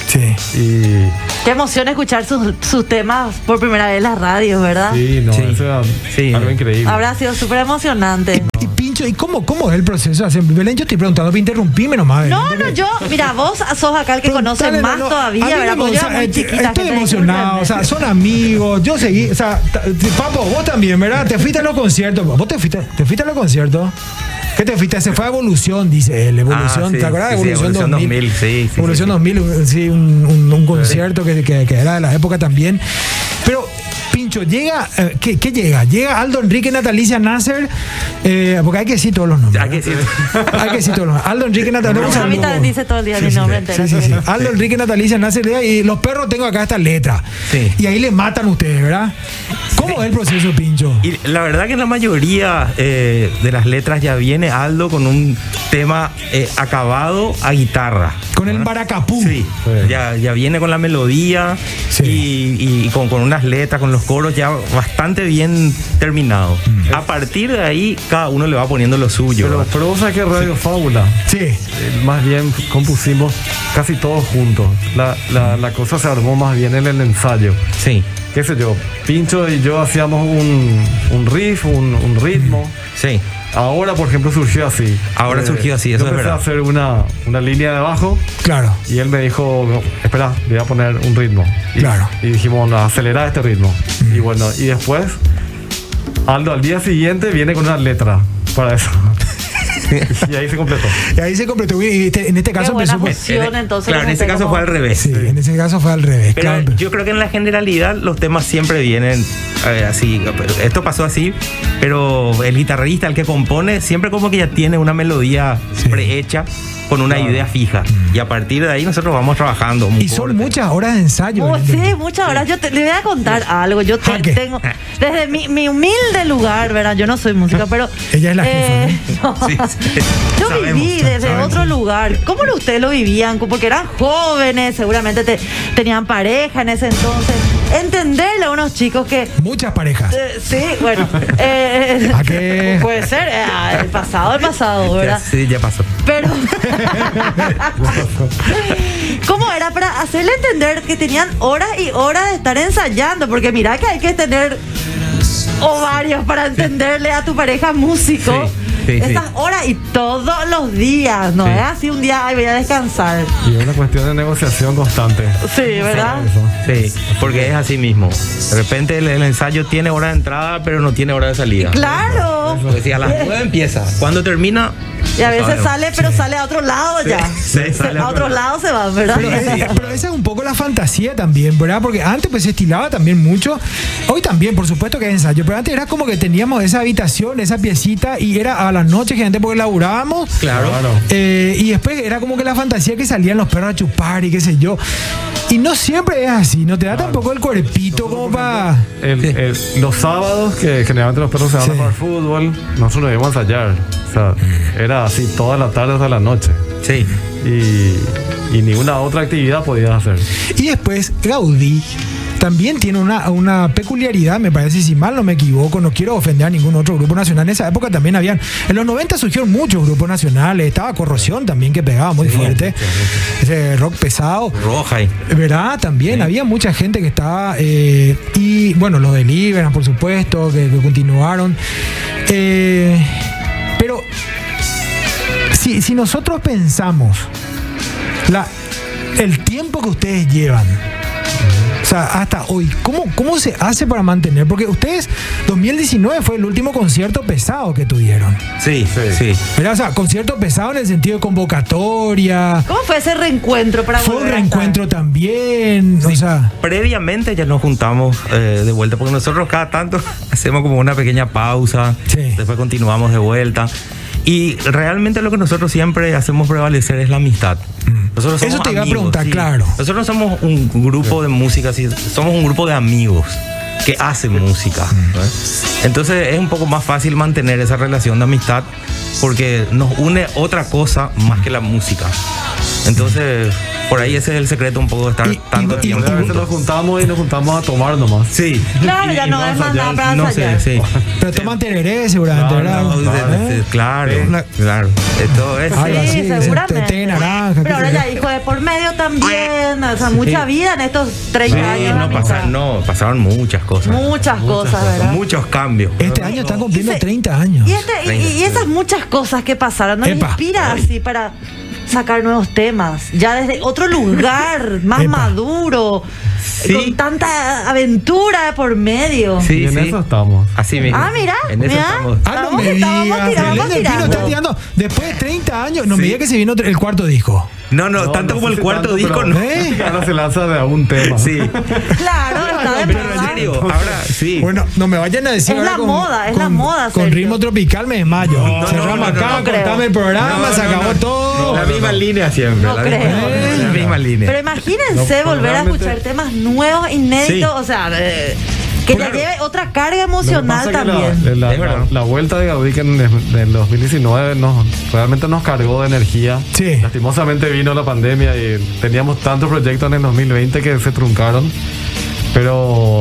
Speaker 1: Sí.
Speaker 5: Eh, Y
Speaker 2: Qué emoción escuchar sus, sus temas por primera vez en las radios, ¿verdad?
Speaker 5: Sí, no,
Speaker 6: Sí.
Speaker 5: eso era
Speaker 6: Sí.
Speaker 5: algo increíble.
Speaker 2: Habrá sido súper emocionante.
Speaker 1: Y Pincho, ¿y cómo, cómo es el proceso? Hacen- Belén, yo estoy preguntando, interrumpime nomás. Belén,
Speaker 2: No,
Speaker 1: porque-
Speaker 2: no, yo, mira, vos sos acá el que conoce
Speaker 1: Preguntale,
Speaker 2: más
Speaker 1: no, no. A mí
Speaker 2: todavía,
Speaker 1: me
Speaker 2: ¿verdad? Porque yo era
Speaker 1: emociona-
Speaker 2: muy
Speaker 1: eh,
Speaker 2: chiquita.
Speaker 1: Estoy
Speaker 2: gente,
Speaker 1: emocionado, o sea, son amigos, yo seguí, o sea, ta- te- Papo, vos también, ¿verdad? Te fuiste a los conciertos, vos te fuiste, te fuiste a los conciertos. ¿Qué te fuiste? Se fue a Evolución, dice él. Evolución,
Speaker 6: Ah, sí,
Speaker 1: ¿te acuerdas de
Speaker 6: sí, sí,
Speaker 1: Evolución,
Speaker 6: Evolución
Speaker 1: 2000?
Speaker 6: 2000, sí, sí,
Speaker 1: Evolución
Speaker 6: sí.
Speaker 1: 2000, un- sí, un, un- un concierto que, que- que era de la época también. Pero, Pincho, llega, eh, ¿qué, qué llega? Llega Aldo Enrique, Natalicia Nasser, eh, porque hay que decir todos los nombres.
Speaker 6: Hay que decir.
Speaker 1: Hay que decir todos los nombres. Aldo
Speaker 6: [LAUGHS]
Speaker 1: Enrique, Natalicia
Speaker 2: A mí también dice todo el día mi nombre entero.
Speaker 1: Sí, sí,
Speaker 2: así
Speaker 1: sí.
Speaker 2: que-
Speaker 1: Aldo Enrique Natalicia nace Lea y los perros tengo acá esta letra.
Speaker 6: Sí.
Speaker 1: Y ahí le matan ustedes, ¿verdad? ¿Cómo es el proceso, Pincho?
Speaker 6: Y la verdad que la mayoría eh, de las letras ya viene Aldo con un tema eh, acabado a guitarra.
Speaker 1: Con el maracapú.
Speaker 6: Sí,
Speaker 5: Sí.
Speaker 6: Ya, ya viene con la melodía
Speaker 1: Sí.
Speaker 6: y, y con, con unas letras, con los coros ya bastante bien terminado.
Speaker 1: Mm.
Speaker 6: A partir de ahí, cada uno le va poniendo lo suyo.
Speaker 5: Pero,
Speaker 6: ¿verdad?
Speaker 5: pero vos sabés que Radio Fábula,
Speaker 1: Sí.
Speaker 5: eh, más bien compusimos casi todos juntos. La, la- la cosa se armó más bien en el ensayo.
Speaker 6: Sí,
Speaker 5: Qué sé yo, Pincho y yo hacíamos un, un riff, un, un ritmo.
Speaker 6: sí.
Speaker 5: Ahora, por ejemplo, surgió así. Eh,
Speaker 6: Ahora surgió así, eso
Speaker 5: yo
Speaker 6: es
Speaker 5: empecé
Speaker 6: verdad.
Speaker 5: a hacer una, una línea de abajo
Speaker 1: Claro.
Speaker 5: y él me dijo, "No, espera, le voy a poner un ritmo. Y,
Speaker 1: Claro.
Speaker 5: Y dijimos, "No, acelera este ritmo. Y bueno, y después, Aldo al día siguiente viene con una letra para eso. y ahí se completó.
Speaker 1: Y ahí se completó. Y este- en este caso
Speaker 2: Qué buena
Speaker 1: empezó. por-
Speaker 2: Sí, bueno, entonces,
Speaker 6: claro, en
Speaker 2: no
Speaker 6: este
Speaker 2: sé
Speaker 6: caso
Speaker 2: cómo-
Speaker 6: fue al revés.
Speaker 1: Sí, en ese caso fue al revés.
Speaker 6: Pero
Speaker 1: claro.
Speaker 6: yo creo que en la generalidad los temas siempre vienen eh, así. Esto pasó así, pero el guitarrista, el que compone, siempre como que ya tiene una melodía
Speaker 1: Sí. Mm.
Speaker 6: prehecha con una idea fija. Y a partir de ahí nosotros vamos trabajando. un
Speaker 1: y son
Speaker 6: corte.
Speaker 1: muchas horas de ensayo.
Speaker 2: Oh,
Speaker 1: Belén.
Speaker 2: sí, muchas horas. Yo te, le voy a contar algo. Yo te-
Speaker 1: Jaque.
Speaker 2: tengo. Desde mi, mi humilde lugar, ¿verdad? Yo no soy música, pero.
Speaker 1: Ella es la jefa,
Speaker 2: no.
Speaker 6: Sí, sí.
Speaker 2: [LAUGHS] Yo
Speaker 6: Sabemos,
Speaker 2: viví desde
Speaker 6: sabemos.
Speaker 2: otro lugar. ¿Cómo lo- ustedes lo vivían? Porque eran jóvenes, seguramente te- tenían pareja en ese entonces. Entenderle a unos chicos que.
Speaker 1: Muchas parejas.
Speaker 2: eh, sí,
Speaker 6: [LAUGHS]
Speaker 2: bueno. eh,
Speaker 1: ¿A qué?
Speaker 2: Puede ser. eh, el pasado, el
Speaker 6: [LAUGHS]
Speaker 2: pasado,
Speaker 6: Ya,
Speaker 2: ¿verdad?
Speaker 6: sí, ya pasó.
Speaker 2: Pero.
Speaker 6: [LAUGHS]
Speaker 2: ¿Cómo era para hacerle entender que tenían horas y horas de estar ensayando? Porque mira que hay que tener ovarios para entenderle a tu pareja músico.
Speaker 6: Sí, sí, sí.
Speaker 2: Esas horas y todos los días, ¿no?
Speaker 6: Sí.
Speaker 2: Es así un día, ay, voy a descansar.
Speaker 5: Y es una cuestión de negociación constante.
Speaker 2: Sí, ¿verdad?
Speaker 6: Sí, porque es así mismo. De repente el, el ensayo tiene hora de entrada, pero no tiene hora de salida.
Speaker 2: Claro.
Speaker 6: Porque si a las 9 empieza, cuando termina?
Speaker 2: Y a veces
Speaker 6: Claro.
Speaker 2: sale, pero sale a otro lado ya. [LAUGHS]
Speaker 6: sí, sale
Speaker 2: a
Speaker 6: a
Speaker 2: otro
Speaker 6: otro
Speaker 2: lado se va, ¿verdad?
Speaker 1: Pero, eh, pero esa es un poco la fantasía también, ¿verdad? Porque antes pues se estilaba también mucho. Hoy también, por supuesto que hay ensayo, pero antes era como que teníamos esa habitación, esa piecita y era a las noches gente porque laburábamos.
Speaker 6: Claro.
Speaker 1: Eh, y después era como que la fantasía que salían los perros a chupar y qué sé yo. Y no siempre es así, no te da tampoco el cuerpito como para...
Speaker 5: El- el- los sábados, que generalmente los perros se van
Speaker 1: Sí.
Speaker 5: a jugar fútbol, nosotros íbamos a ensayar. O sea, era así toda la tarde hasta la noche.
Speaker 6: Sí.
Speaker 5: Y, y ninguna otra actividad podías hacer.
Speaker 1: Y después Gaudí también tiene una, una peculiaridad, me parece, si mal no me equivoco, no quiero ofender a ningún otro grupo nacional. En esa época también habían, en los 90 surgieron muchos grupos nacionales, estaba Corrosión también que pegaba muy fuerte, ese rock pesado.
Speaker 6: Roja ahí.
Speaker 1: ¿Verdad? También había mucha gente que estaba. eh, y bueno, los de Liberas, por supuesto, que, que continuaron. Eh, pero si, si nosotros pensamos la, el tiempo que ustedes llevan. O sea, hasta hoy, ¿cómo, ¿cómo se hace para mantener? Porque ustedes, 2019 fue el último concierto pesado que tuvieron.
Speaker 6: Sí, sí.
Speaker 1: ¿Verdad? O sea, concierto pesado en el sentido de convocatoria.
Speaker 2: [LAUGHS] ¿Cómo fue ese reencuentro para
Speaker 1: Fue un
Speaker 2: volver a estar?
Speaker 1: reencuentro también. O sea.
Speaker 6: Previamente ya nos juntamos eh, de vuelta, porque nosotros cada tanto [LAUGHS] hacemos como una pequeña pausa,
Speaker 1: Sí.
Speaker 6: después continuamos de vuelta. Y realmente lo que nosotros siempre hacemos prevalecer es la amistad. Nosotros
Speaker 1: Mm. Eso
Speaker 6: somos
Speaker 1: te iba a
Speaker 6: amigos,
Speaker 1: preguntar, claro.
Speaker 6: Nosotros somos un grupo de música, sí, somos un grupo de amigos que hacen música.
Speaker 1: Mm.
Speaker 6: ¿eh? Entonces es un poco más fácil mantener esa relación de amistad porque nos une otra cosa más que la música. Entonces Por ahí ese es el secreto un poco de estar
Speaker 1: Y- y-
Speaker 6: tanto
Speaker 1: y-
Speaker 6: tiempo
Speaker 5: A veces
Speaker 6: juntos.
Speaker 5: nos juntamos y nos juntamos a tomar nomás.
Speaker 6: Sí.
Speaker 2: Claro,
Speaker 5: Y-
Speaker 2: ya
Speaker 5: y
Speaker 2: no
Speaker 5: más
Speaker 2: es
Speaker 5: allá,
Speaker 2: mandar para
Speaker 6: No sé,
Speaker 2: ensayar.
Speaker 6: sí. Ah,
Speaker 1: Pero toman tereré seguramente,
Speaker 5: No,
Speaker 1: ¿verdad?
Speaker 5: no, no,
Speaker 1: ¿Eh?
Speaker 6: De- de- Claro,
Speaker 1: Una-
Speaker 6: claro. De todo eso.
Speaker 1: Algo así,
Speaker 2: Ah, Sí,
Speaker 1: de-
Speaker 2: seguramente.
Speaker 1: de té de naranja,
Speaker 2: Pero
Speaker 1: qué
Speaker 2: ahora
Speaker 1: sé
Speaker 2: ya
Speaker 1: yo.
Speaker 2: hijo de por medio también. O sea, mucha vida en estos 30 años.
Speaker 6: Sí,
Speaker 2: de
Speaker 6: no,
Speaker 2: amistad.
Speaker 6: pasa- no, pasaron muchas cosas.
Speaker 2: Muchas cosas, ¿verdad?
Speaker 6: Muchos cambios.
Speaker 1: Este año están cumpliendo
Speaker 2: Y se-
Speaker 1: 30 años.
Speaker 2: Y, este- y- y- y esas muchas cosas que pasaron nos
Speaker 1: Epa.
Speaker 2: inspira así para sacar nuevos temas, ya desde otro lugar, más
Speaker 1: Epa.
Speaker 2: maduro,
Speaker 6: Sí.
Speaker 2: con tanta aventura de por medio.
Speaker 6: Sí,
Speaker 5: y en
Speaker 6: sí.
Speaker 5: eso estamos.
Speaker 6: Así mismo.
Speaker 2: Ah, mira,
Speaker 6: En eso
Speaker 2: mira.
Speaker 1: Ah, no
Speaker 6: estamos.
Speaker 2: Estábamos-
Speaker 1: me
Speaker 2: estábamos tirando,
Speaker 1: digas. Belén del Pino
Speaker 2: tirando.
Speaker 1: está tirando. Después de 30 años, no me
Speaker 6: Sí.
Speaker 1: digas que se vino otro- el cuarto disco.
Speaker 6: No, no,
Speaker 5: No,
Speaker 6: tanto
Speaker 5: no
Speaker 6: como
Speaker 5: sé
Speaker 6: el
Speaker 5: si
Speaker 6: cuarto
Speaker 5: tanto,
Speaker 6: disco,
Speaker 5: pero-
Speaker 6: no.
Speaker 1: ¿Eh?
Speaker 5: Ahora se lanza de algún tema. [LAUGHS]
Speaker 6: Sí.
Speaker 2: Claro, está de
Speaker 6: Pero en
Speaker 2: moda.
Speaker 6: serio, ahora sí.
Speaker 1: Bueno, no me vayan a decir.
Speaker 2: Es
Speaker 1: ahora
Speaker 2: la moda, es la moda,
Speaker 1: Con
Speaker 2: Sergio.
Speaker 1: ritmo tropical me desmayo.
Speaker 6: no,
Speaker 1: Cerramos
Speaker 6: no, no,
Speaker 1: acá,
Speaker 6: no
Speaker 2: creo.
Speaker 1: cortame el programa,
Speaker 6: No, no,
Speaker 1: se
Speaker 6: no,
Speaker 1: acabó
Speaker 6: no.
Speaker 1: todo.
Speaker 6: la misma línea siempre.
Speaker 2: No
Speaker 6: la, misma,
Speaker 2: creo.
Speaker 6: la misma línea.
Speaker 2: Pero imagínense
Speaker 5: No, pero
Speaker 2: volver a
Speaker 5: realmente-
Speaker 2: escuchar temas nuevos, inéditos,
Speaker 6: Sí.
Speaker 2: o sea, de- que
Speaker 6: Claro.
Speaker 2: ya lleve otra carga
Speaker 5: Lo que pasa
Speaker 2: emocional
Speaker 5: es que la-
Speaker 2: también.
Speaker 5: la- la,
Speaker 6: Es verdad.
Speaker 5: la vuelta de Gaudí que en des- del 2019 nos, realmente nos cargó de energía.
Speaker 1: Sí.
Speaker 5: Lastimosamente vino la pandemia y teníamos tantos proyectos en el 2020 que se truncaron. Pero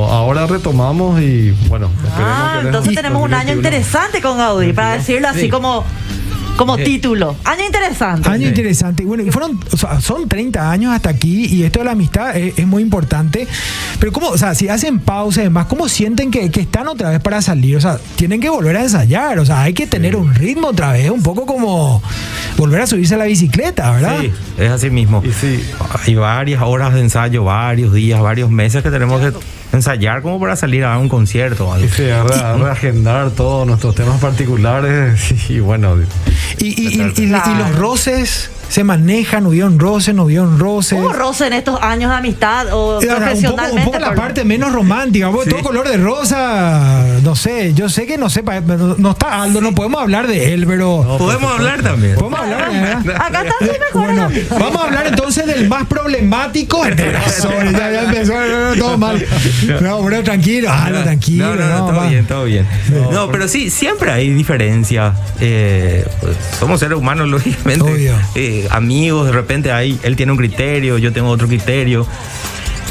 Speaker 5: ahora retomamos y bueno, esperemos
Speaker 2: Ah,
Speaker 5: que en el
Speaker 2: entonces tenemos un año
Speaker 5: 2021.
Speaker 2: interesante con Gaudí, para decirlo así como, como título. Año interesante.
Speaker 1: Eh. Año interesante. Bueno, y fueron, o sea, son 30 años hasta aquí y esto de la amistad es, es muy importante. Pero cómo, o sea, si hacen pausa y demás, ¿cómo sienten que, que están otra vez para salir? O sea, tienen que volver a ensayar. O sea, hay que tener un ritmo otra vez, un poco como volver a subirse a la bicicleta, ¿verdad?
Speaker 6: Sí, es así mismo.
Speaker 5: Y sí.
Speaker 6: Hay varias horas de ensayo, varios días, varios meses que tenemos que ensayar como para salir a dar un concierto. o algo.
Speaker 5: Y sí, re- reagendar todos nuestros temas particulares [LAUGHS] y bueno,
Speaker 1: Y, y- y- y- y
Speaker 2: Claro.
Speaker 1: los roces se manejan, hubieron roces, no hubieron roces.
Speaker 2: ¿Hubo roce en estos años de amistad o
Speaker 1: Eh, Ahora, un poco, un
Speaker 2: profesionalmente?
Speaker 1: poco la
Speaker 2: por-
Speaker 1: parte menos romántica, porque todo color de rosa, no sé, yo sé que no sepa, no, no está Aldo, no podemos hablar de él, pero
Speaker 6: [LAUGHS] Podemos hablar también.
Speaker 1: podemos hablar de
Speaker 6: [LAUGHS]
Speaker 1: él.
Speaker 2: Acá están mis mejores
Speaker 1: Bueno,
Speaker 2: amigos.
Speaker 1: vamos a hablar entonces del más problemático. Sorry, ya, ya empezó no, no, todo mal. No, bro, tranquilo, Aldo, tranquilo.
Speaker 6: No, no, no, todo
Speaker 1: va.
Speaker 6: bien, todo bien. No, pero sí, siempre hay diferencias. Eh, pues, somos seres humanos, [LAUGHS] lógicamente.
Speaker 1: Obvio.
Speaker 6: Eh, amigos, de repente hay, él tiene un criterio, yo tengo otro criterio.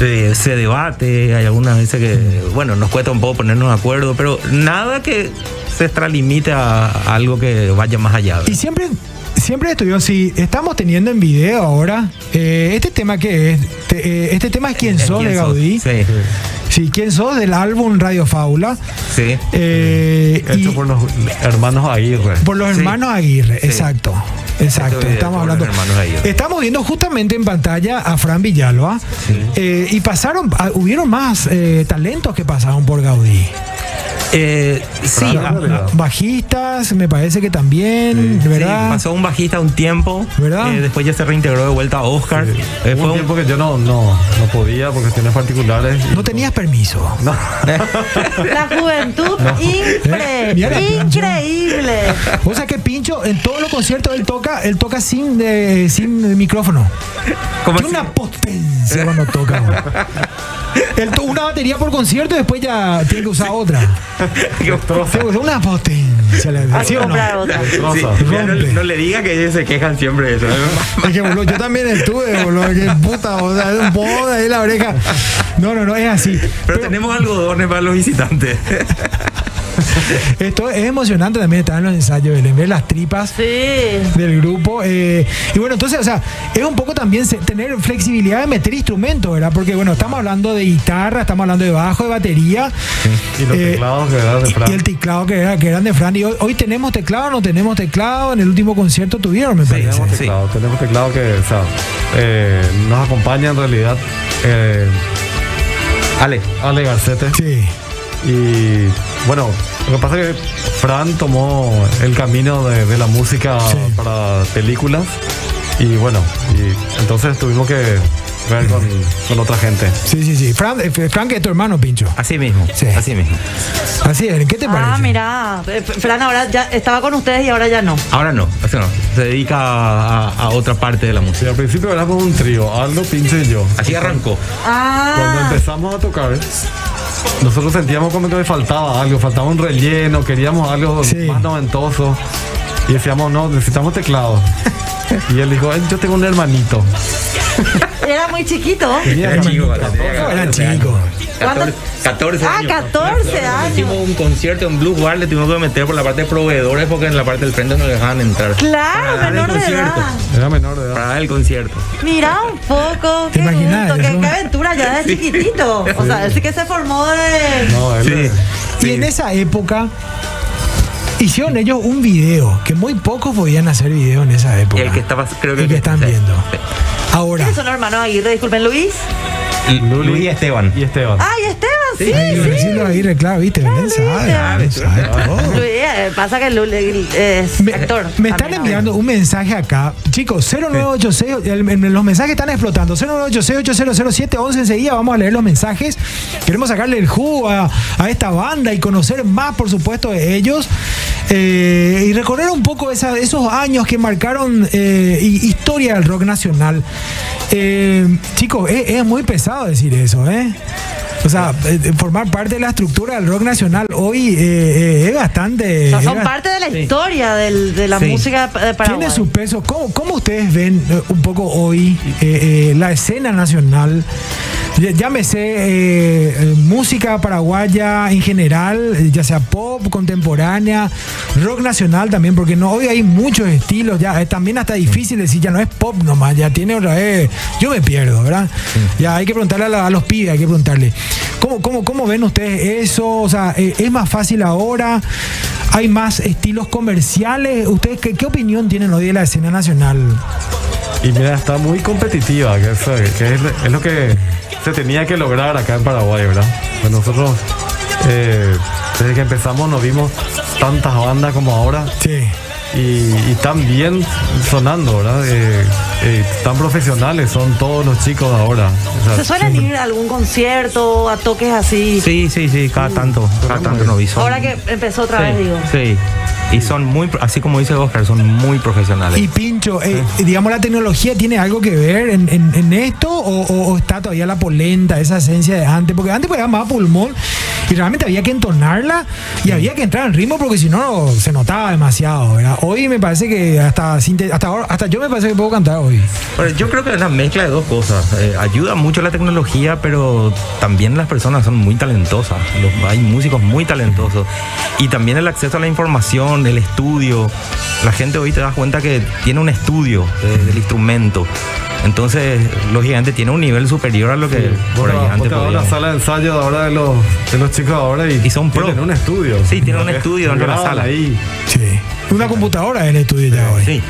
Speaker 6: Eh, se debate, hay algunas veces que, bueno, nos cuesta un poco ponernos de acuerdo, pero nada que se extralimite a algo que vaya más allá. ¿verdad?
Speaker 1: Y siempre, siempre estuvieron, si estamos teniendo en video ahora, eh, este tema que es, Te- eh, este tema es quién
Speaker 6: Es
Speaker 1: sos de
Speaker 6: quién sos,
Speaker 1: Gaudí.
Speaker 6: Sí,
Speaker 1: Sí, ¿quién sos? Del álbum Radio Fábula.
Speaker 6: sí.
Speaker 1: Eh, y
Speaker 5: hecho por los hermanos Aguirre.
Speaker 1: por los
Speaker 6: Sí.
Speaker 1: hermanos Aguirre,
Speaker 6: Sí.
Speaker 1: exacto. Exacto,
Speaker 6: Este video
Speaker 1: estamos
Speaker 6: por los
Speaker 1: hablando.
Speaker 6: hermanos Aguirre.
Speaker 1: Estamos viendo justamente en pantalla a Fran Villalba. Eh, y pasaron, ah, hubieron más eh, talentos que pasaron por Gaudí.
Speaker 6: Ah, Eh, sí,
Speaker 5: Claro,
Speaker 6: a-
Speaker 5: ¿verdad?
Speaker 1: Bajistas, me parece que también,
Speaker 6: Sí,
Speaker 1: ¿verdad?
Speaker 6: pasó un bajista un tiempo.
Speaker 1: ¿Verdad?
Speaker 6: eh, después ya se reintegró de vuelta a Oscar.
Speaker 5: Hubo
Speaker 6: Eh, fue
Speaker 5: un
Speaker 6: un-
Speaker 5: tiempo que yo no, no, no podía porque tenía particulares. y-
Speaker 1: no tenías permiso.
Speaker 5: [LAUGHS] No.
Speaker 2: La
Speaker 1: [LAUGHS]
Speaker 2: juventud
Speaker 1: Eh, mira la
Speaker 2: incre-
Speaker 1: pincha.
Speaker 2: increíble.
Speaker 1: O sea que Pincho, en todos los conciertos él toca, él toca sin, eh, sin micrófono.
Speaker 6: ¿Cómo
Speaker 1: Tiene
Speaker 6: así?
Speaker 1: una potencia cuando toca. güey. Él to- una batería por concierto y después ya tiene que usar otra.
Speaker 6: [LAUGHS]
Speaker 1: Sí, güey, una potencia. le-
Speaker 2: Hay
Speaker 1: [LAUGHS] ¿sí
Speaker 2: que
Speaker 1: o no?
Speaker 2: comprar otra.
Speaker 6: Sí,
Speaker 5: Rosa.
Speaker 6: mira, no,
Speaker 1: Rompe.
Speaker 6: no le diga que ellos se quejan siempre de eso. ¿eh?
Speaker 1: Es que, boludo, yo también estuve, boludo. Que puta, o sea, un poco de ahí la oreja. No, no, no, es así.
Speaker 6: Pero tenemos algodones para los visitantes.
Speaker 1: Esto es emocionante también estar en los ensayos, Belén, ver las tripas.
Speaker 2: Sí.
Speaker 1: del grupo. eh, y bueno, entonces, o sea, es un poco también se- tener flexibilidad de meter instrumentos, ¿verdad? Porque, bueno, estamos hablando de guitarra, estamos hablando de bajo, de batería.
Speaker 5: Y los
Speaker 1: eh,
Speaker 5: teclados que eran de Fran.
Speaker 1: Y el teclado que, era, que eran de Fran. Y hoy, hoy tenemos teclado, no tenemos teclado. En el último concierto tuvieron, me parece.
Speaker 5: Tenemos teclado, tenemos teclado que o sea, eh, nos acompaña en realidad eh,
Speaker 6: Ale.
Speaker 5: Ale Garcete.
Speaker 1: Sí.
Speaker 5: Y bueno, lo que pasa es que Fran tomó el camino de, de la música para películas. Y bueno, y entonces tuvimos que ver con, con otra gente.
Speaker 1: Sí, sí, sí. Fran, eh, Fran, que es tu hermano, Pincho.
Speaker 6: Así mismo.
Speaker 1: Sí.
Speaker 6: Así mismo.
Speaker 1: Así es, ¿qué te parece?
Speaker 2: Ah, mira. eh, Fran ahora ya estaba con ustedes y ahora ya no.
Speaker 6: Ahora no, así no. Se dedica a, a- a otra parte de la
Speaker 5: Y
Speaker 6: música.
Speaker 5: al principio éramos un trío, Aldo, Pincho y yo.
Speaker 6: Así arrancó.
Speaker 5: Cuando
Speaker 2: Ah.
Speaker 5: empezamos a tocar, nosotros sentíamos como que le faltaba algo, faltaba un relleno, queríamos algo
Speaker 1: Sí.
Speaker 5: más noventoso. Y decíamos, no, necesitamos teclado. Y él dijo, "Eh, yo tengo un hermanito.
Speaker 2: Era muy chiquito.
Speaker 5: Tenía
Speaker 6: Era chico,
Speaker 5: hermanito.
Speaker 1: Era chico.
Speaker 6: 14, 14
Speaker 2: Ah,
Speaker 6: años.
Speaker 2: 14
Speaker 6: Hicimos
Speaker 2: años.
Speaker 6: un concierto en Blue Bar, le tuvimos que meter por la parte de proveedores porque en la parte del frente no le dejaban entrar.
Speaker 2: Claro,
Speaker 1: Ah,
Speaker 6: Para dar el
Speaker 2: menor de edad.
Speaker 6: concierto.
Speaker 5: Era menor de edad.
Speaker 6: Para dar el concierto.
Speaker 2: Mira un poco, qué
Speaker 1: imaginas?
Speaker 2: gusto, qué,
Speaker 1: Eso-
Speaker 2: qué aventura
Speaker 1: [LAUGHS]
Speaker 2: ya de chiquitito. O sea, es que se formó de.
Speaker 5: No, él
Speaker 6: Sí.
Speaker 1: Y en esa época hicieron ellos un video, que muy pocos podían hacer video en esa
Speaker 6: Y
Speaker 1: época.
Speaker 6: el que estaba, creo que
Speaker 1: El que están
Speaker 6: sí.
Speaker 1: viendo. Ahora,
Speaker 2: ¿Quiénes son los hermanos Aguirre? Disculpen, Luis.
Speaker 6: Y Luis y Esteban.
Speaker 5: y Esteban.
Speaker 2: ¡Ay, Esteban! Sí, sí.
Speaker 1: Luisito Aguirre, claro, viste, Belén sabe, Belén sabe todo.
Speaker 2: Luis, eh, pasa que Luis eh, es
Speaker 1: Me,
Speaker 2: actor.
Speaker 1: me están
Speaker 2: también,
Speaker 1: enviando un mensaje acá. Chicos, 0986, el- el- los mensajes están explotando. 0986-800711, enseguida vamos a leer los mensajes. Queremos sacarle el jugo a, a esta banda y conocer más, por supuesto, de ellos. Eh, y recorrer un poco esa- esos años que marcaron eh, hi- historia del rock nacional. Eh, chicos, es, es muy pesado decir eso, ¿eh? O sea, eh, formar parte de la estructura del rock nacional hoy eh, eh, es bastante...
Speaker 2: O sea,
Speaker 1: es
Speaker 2: son
Speaker 1: bast-
Speaker 2: parte de la historia del- de la
Speaker 6: Sí.
Speaker 2: música eh, de Paraguay.
Speaker 1: tiene su peso. ¿Cómo, cómo ustedes ven eh, un poco hoy eh, eh, la escena nacional? Ya- Llámese eh, eh, música paraguaya en general, eh, ya sea pop, contemporánea, rock nacional también, porque no hoy hay muchos estilos, ya eh, también hasta difícil decir, ya no es pop nomás, ya tiene otra vez, yo me pierdo, ¿verdad? Ya hay que preguntarle a, la- a los pibes, hay que preguntarle, ¿cómo, cómo, cómo ven ustedes eso? O sea, eh, ¿es más fácil ahora? ¿Hay más estilos comerciales? ¿Ustedes qué, qué opinión tienen hoy de la escena nacional?
Speaker 5: Y mira, está muy competitiva, que, es, que es- es lo que se tenía que lograr acá en Paraguay, ¿verdad? Pues nosotros, eh, desde que empezamos, no vimos tantas bandas como ahora
Speaker 1: Sí.
Speaker 5: y, y tan bien sonando, ¿verdad? Eh, eh, tan profesionales son todos los chicos de ahora. O sea, eh,
Speaker 2: ¿Se suelen ir a algún concierto, a toques así?
Speaker 6: Sí, sí, sí, cada tanto, cada tanto nos hizo.
Speaker 2: Ahora que empezó otra vez, digo.
Speaker 6: Sí. Y son muy, así como dice Oscar, son muy profesionales.
Speaker 1: Y Pincho, eh, digamos, ¿la tecnología tiene algo que ver en, en- en esto? O, o- o está todavía la polenta, esa esencia de antes? Porque antes pues, era más pulmón y realmente había que entonarla y había que entrar en ritmo porque si no no, se notaba demasiado, ¿verdad? Hoy me parece que hasta, sin te- hasta, ahora, hasta yo me parece que puedo cantar hoy.
Speaker 6: Pero yo creo que es la mezcla de dos cosas. Eh, ayuda mucho la tecnología, pero también las personas son muy talentosas. Los, hay músicos muy talentosos. Y también el acceso a la información, el estudio. La gente hoy te das cuenta que tiene un estudio eh, del instrumento. Entonces, lógicamente, tiene un nivel superior a lo que
Speaker 5: Vos
Speaker 6: por
Speaker 5: te
Speaker 6: ahí
Speaker 5: vas- vos
Speaker 6: antes
Speaker 5: te vas a la
Speaker 6: podíamos.
Speaker 5: sala de ensayo de ahora de los, de los chicos de ahora y,
Speaker 6: Y son pro.
Speaker 5: tienen un estudio.
Speaker 6: Sí, tienen un estudio dentro de la
Speaker 5: Graban
Speaker 6: sala.
Speaker 5: Ahí.
Speaker 1: Sí. Una computadora en el estudio ya hoy.
Speaker 6: Sí.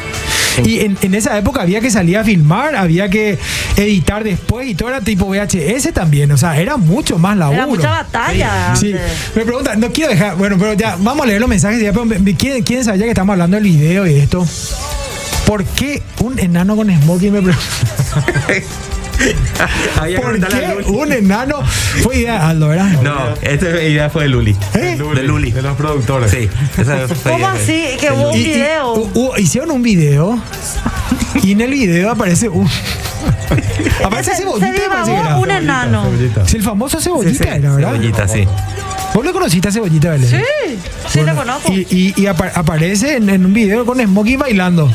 Speaker 1: Y en, en esa época había que salir a filmar, había que editar después y todo era tipo VHS también. O sea, era mucho más laburo.
Speaker 2: Era mucha Ah, batalla.
Speaker 1: Sí,
Speaker 2: antes.
Speaker 1: me preguntan, no quiero dejar, bueno, pero ya, vamos a leer los mensajes, ya, pero me- me- ¿quién, quién sabía que estamos hablando del video y de esto? ¿Por qué un enano con smoking me pregunta?
Speaker 6: [LAUGHS] Había que
Speaker 1: ¿Por
Speaker 6: preguntarle a
Speaker 1: qué
Speaker 6: Luli.
Speaker 1: un enano? Fue idea de Aldo, ¿verdad?
Speaker 6: No, esta idea fue de Luli.
Speaker 1: ¿Eh?
Speaker 6: De Luli.
Speaker 5: De los productores.
Speaker 6: Sí. esa fue
Speaker 2: ¿Cómo
Speaker 6: idea de-
Speaker 2: así? Que hubo un
Speaker 1: Y- y-
Speaker 2: video.
Speaker 1: hu- hu- hicieron un video y en el video aparece un... [LAUGHS] aparece
Speaker 2: Se,
Speaker 1: cebollita.
Speaker 2: se
Speaker 1: parece que era.
Speaker 2: divagó un enano.
Speaker 5: Cebollita.
Speaker 1: Sí, el famoso
Speaker 6: Sí, sí,
Speaker 1: cebollita era, ¿verdad?
Speaker 6: Cebollita, sí.
Speaker 1: ¿Vos lo conociste a cebollita, Belén?
Speaker 2: Sí, sí lo conozco.
Speaker 1: Y, y- y apa- aparece en, en un video con Smokey bailando.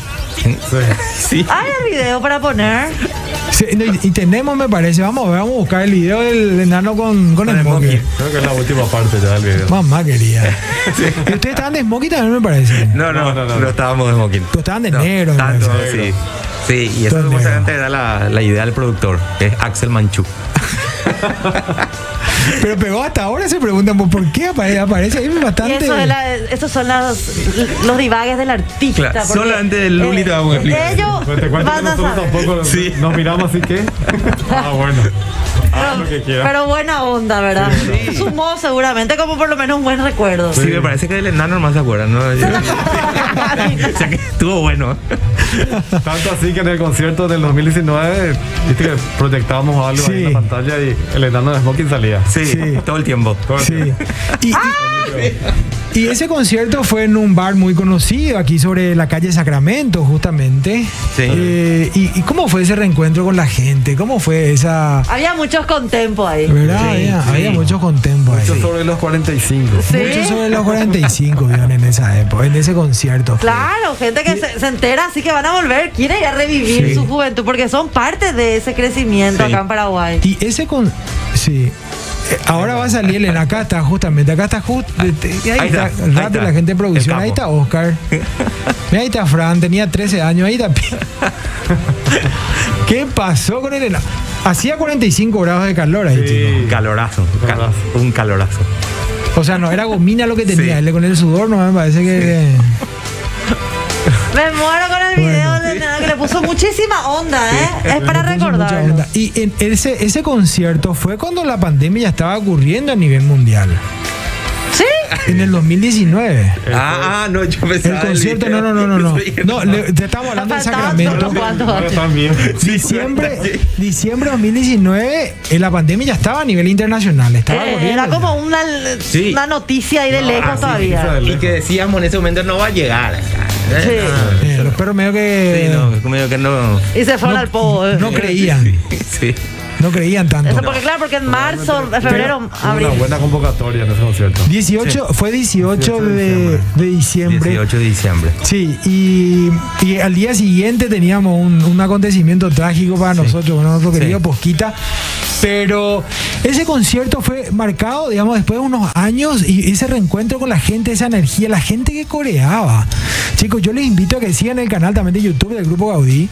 Speaker 6: Sí.
Speaker 2: Hay el video para poner.
Speaker 1: Sí, no, y, y tenemos, me parece, vamos, a ver, vamos a buscar el video del enano con, con,
Speaker 6: Con
Speaker 1: Smokey.
Speaker 6: Smokey.
Speaker 5: Creo que es la última parte ya del video.
Speaker 1: Mamá querida. Y ustedes estaban de Smokey también, me parece.
Speaker 6: No,
Speaker 5: No,
Speaker 6: no, no,
Speaker 5: no, no.
Speaker 6: estábamos de smoking.
Speaker 1: Pues estaban de negro, me
Speaker 6: Tanto,
Speaker 5: parece.
Speaker 6: sí. Sí, y eso
Speaker 1: Todo
Speaker 6: supuestamente era la, la idea del productor, que es Axel Manchú.
Speaker 1: Pero pegó hasta ahora, se preguntan pues, por qué aparece, aparece ahí
Speaker 2: Y
Speaker 1: bastante.
Speaker 2: eso es la- esos son las- los divagues del artista.
Speaker 6: Claro,
Speaker 2: porque, eh,
Speaker 6: solamente de Luli te vamos a explicar.
Speaker 2: Ellos
Speaker 5: Pero te cuento que
Speaker 2: van a
Speaker 5: nosotros
Speaker 2: saber.
Speaker 5: tampoco
Speaker 6: Sí.
Speaker 5: nos miramos así que. Ah, bueno. Ah, lo que
Speaker 2: Pero,
Speaker 5: quiera.
Speaker 2: pero buena onda, ¿verdad? Sumó seguramente como por lo menos un buen recuerdo.
Speaker 6: Sí, me parece que el enano más se acuerda, ¿no? [LAUGHS] o sea que estuvo bueno.
Speaker 5: Tanto así que en el concierto del 2019, viste que proyectábamos algo ahí en
Speaker 1: Sí.
Speaker 5: la pantalla y el enano de Smoking salía.
Speaker 6: Sí,
Speaker 1: Sí.
Speaker 6: todo el tiempo.
Speaker 1: Sí. Y, y- y ese concierto fue en un bar muy conocido, aquí sobre la calle Sacramento, justamente.
Speaker 6: Sí.
Speaker 1: Eh, y, y cómo fue ese reencuentro con la gente? ¿Cómo fue esa.?
Speaker 2: Había muchos muchos contempos ahí.
Speaker 1: ¿Verdad?
Speaker 6: Sí,
Speaker 1: había,
Speaker 6: sí.
Speaker 1: había mucho contempo ahí.
Speaker 5: Yo sobre los 45.
Speaker 2: Sí.
Speaker 1: Muchos sobre los 45 vieron en esa época, en ese concierto.
Speaker 2: Claro, gente que se, se entera, así que van a volver, quieren ir a revivir
Speaker 1: Sí.
Speaker 2: su juventud, porque son parte de ese crecimiento
Speaker 6: Sí.
Speaker 2: acá en Paraguay.
Speaker 1: Y ese con. Sí. Eh, Ahora va a salir en acá está justamente, acá está justo. Ahí,
Speaker 6: Ahí
Speaker 1: está,
Speaker 6: está,
Speaker 1: el
Speaker 6: ahí
Speaker 1: rato
Speaker 6: está,
Speaker 1: la gente de producción,
Speaker 6: el
Speaker 1: ahí está
Speaker 6: capo.
Speaker 1: Oscar. Mira, ahí está Fran, tenía 13 años, ahí está. Pi- ¿Qué pasó con Elena? Hacía 45 grados de calor ahí, chico.
Speaker 6: Calorazo, cal-
Speaker 5: Calorazo.
Speaker 6: un calorazo.
Speaker 1: O sea, no, era gomina lo que tenía, él con el sudor, no me parece que.
Speaker 2: Me muero con el
Speaker 1: Bueno.
Speaker 2: video de Nena, que le puso muchísima onda, ¿eh? Es para
Speaker 1: Le puso mucha
Speaker 2: recordarlo.
Speaker 1: onda. Y en ese, ese concierto fue cuando la pandemia ya estaba ocurriendo a nivel mundial.
Speaker 2: Sí,
Speaker 1: En el 2019.
Speaker 6: Ah, ah, no, yo
Speaker 1: El
Speaker 6: pensaba.
Speaker 1: concierto, no, no, no, no, no. No, le- te estamos hablando del
Speaker 2: Faltaba
Speaker 1: Sacramento.
Speaker 2: solo cuatro años.
Speaker 5: también.
Speaker 1: Diciembre, diciembre 2019, eh, la pandemia ya estaba a nivel internacional. Estaba
Speaker 2: Eh,
Speaker 1: corriendo
Speaker 2: era
Speaker 1: ya.
Speaker 2: como una,
Speaker 6: Sí.
Speaker 2: una noticia ahí de lejos
Speaker 6: Ah,
Speaker 5: esa
Speaker 2: todavía.
Speaker 5: del-
Speaker 6: Y que decíamos en ese momento no va a llegar. acá.
Speaker 2: Sí.
Speaker 1: Eh, los perros medio que
Speaker 6: Sí, no, como que no.
Speaker 2: Y se fueron al povo. eh.
Speaker 1: no creían. [LAUGHS]
Speaker 6: Sí.
Speaker 1: No creían tanto.
Speaker 2: Eso porque, claro, porque en marzo, en febrero,
Speaker 5: Tuvo
Speaker 2: abril.
Speaker 5: Una buena convocatoria en ese concierto.
Speaker 1: 18, fue 18 de, de diciembre.
Speaker 6: 18 de diciembre.
Speaker 1: Sí, y, y al día siguiente teníamos un, un acontecimiento trágico para nosotros, para nuestro querido
Speaker 6: Sí.
Speaker 1: Posquita. Pero ese concierto fue marcado, digamos, después de unos años y ese reencuentro con la gente, esa energía, la gente que coreaba. Chicos, yo les invito a que sigan el canal también de YouTube del Grupo Gaudí.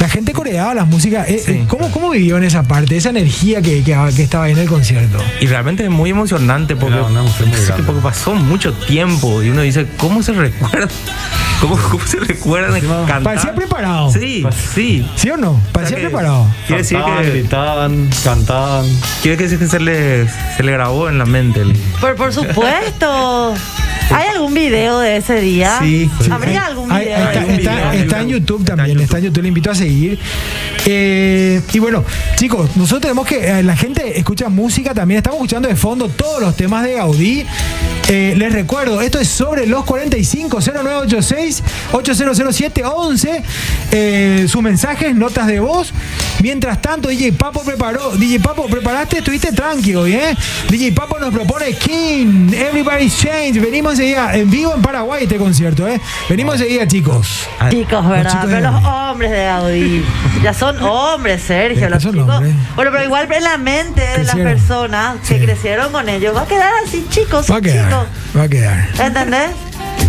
Speaker 1: La gente coreaba las músicas. Eh,
Speaker 6: Sí.
Speaker 1: eh, ¿cómo, ¿Cómo vivió en esa parte, esa energía que, que- que estaba ahí en el concierto?
Speaker 6: Y realmente es muy emocionante porque,
Speaker 5: Era una emoción muy
Speaker 6: sí,
Speaker 5: grande.
Speaker 6: porque pasó mucho tiempo y uno dice, ¿cómo se recuerda? [LAUGHS] ¿Cómo, cómo se recuerda de
Speaker 5: Encima,
Speaker 6: cantar?
Speaker 1: Parecía preparado. ¿Sí,
Speaker 6: Sí, sí.
Speaker 1: o no? Parecía
Speaker 6: O sea que-
Speaker 1: preparado.
Speaker 6: Quiere decir
Speaker 5: Cantaban,
Speaker 6: que,
Speaker 5: gritaban, cantaban.
Speaker 6: quiere decir que se le, se le grabó en la mente. el-
Speaker 2: Por,
Speaker 1: [LAUGHS]
Speaker 2: por supuesto. ¿Hay algún video de ese día?
Speaker 6: Sí, sí.
Speaker 2: ¿Habría
Speaker 1: Ahí-
Speaker 2: algún
Speaker 1: ahí-
Speaker 2: video?
Speaker 1: ahí está,
Speaker 6: Hay
Speaker 1: está-
Speaker 6: un video,
Speaker 1: está
Speaker 6: hay un
Speaker 1: en
Speaker 6: video.
Speaker 1: YouTube
Speaker 6: Está en
Speaker 1: también,
Speaker 6: YouTube.
Speaker 1: está en YouTube, le invito a seguir. Eh, y bueno, chicos, nosotros tenemos que. eh, la gente escucha música también, estamos escuchando de fondo todos los temas de Gaudí. Eh, les recuerdo, esto es sobre los 45 0986 800711. Eh, sus mensajes, notas de voz. Mientras tanto, DJ Papo preparó. DJ Papo, preparaste, estuviste tranqui hoy, ¿eh? DJ Papo nos propone King, Everybody's Change. Venimos enseguida, en vivo en Paraguay este concierto, ¿eh? Venimos enseguida, chicos.
Speaker 2: Chicos, ¿verdad?
Speaker 1: chicos de
Speaker 2: pero los
Speaker 1: Audi.
Speaker 2: hombres de Audi ya son hombres, Sergio.
Speaker 1: Ya
Speaker 2: Los
Speaker 1: son
Speaker 2: chicos.
Speaker 1: hombres.
Speaker 2: Bueno, pero igual en la mente de las
Speaker 1: Crecieron.
Speaker 2: personas que
Speaker 1: Sí.
Speaker 2: crecieron con ellos va a quedar así,
Speaker 1: Va
Speaker 2: chicos.
Speaker 1: a
Speaker 2: son
Speaker 1: quedar,
Speaker 2: chicos.
Speaker 1: va a quedar.
Speaker 2: ¿Entendés?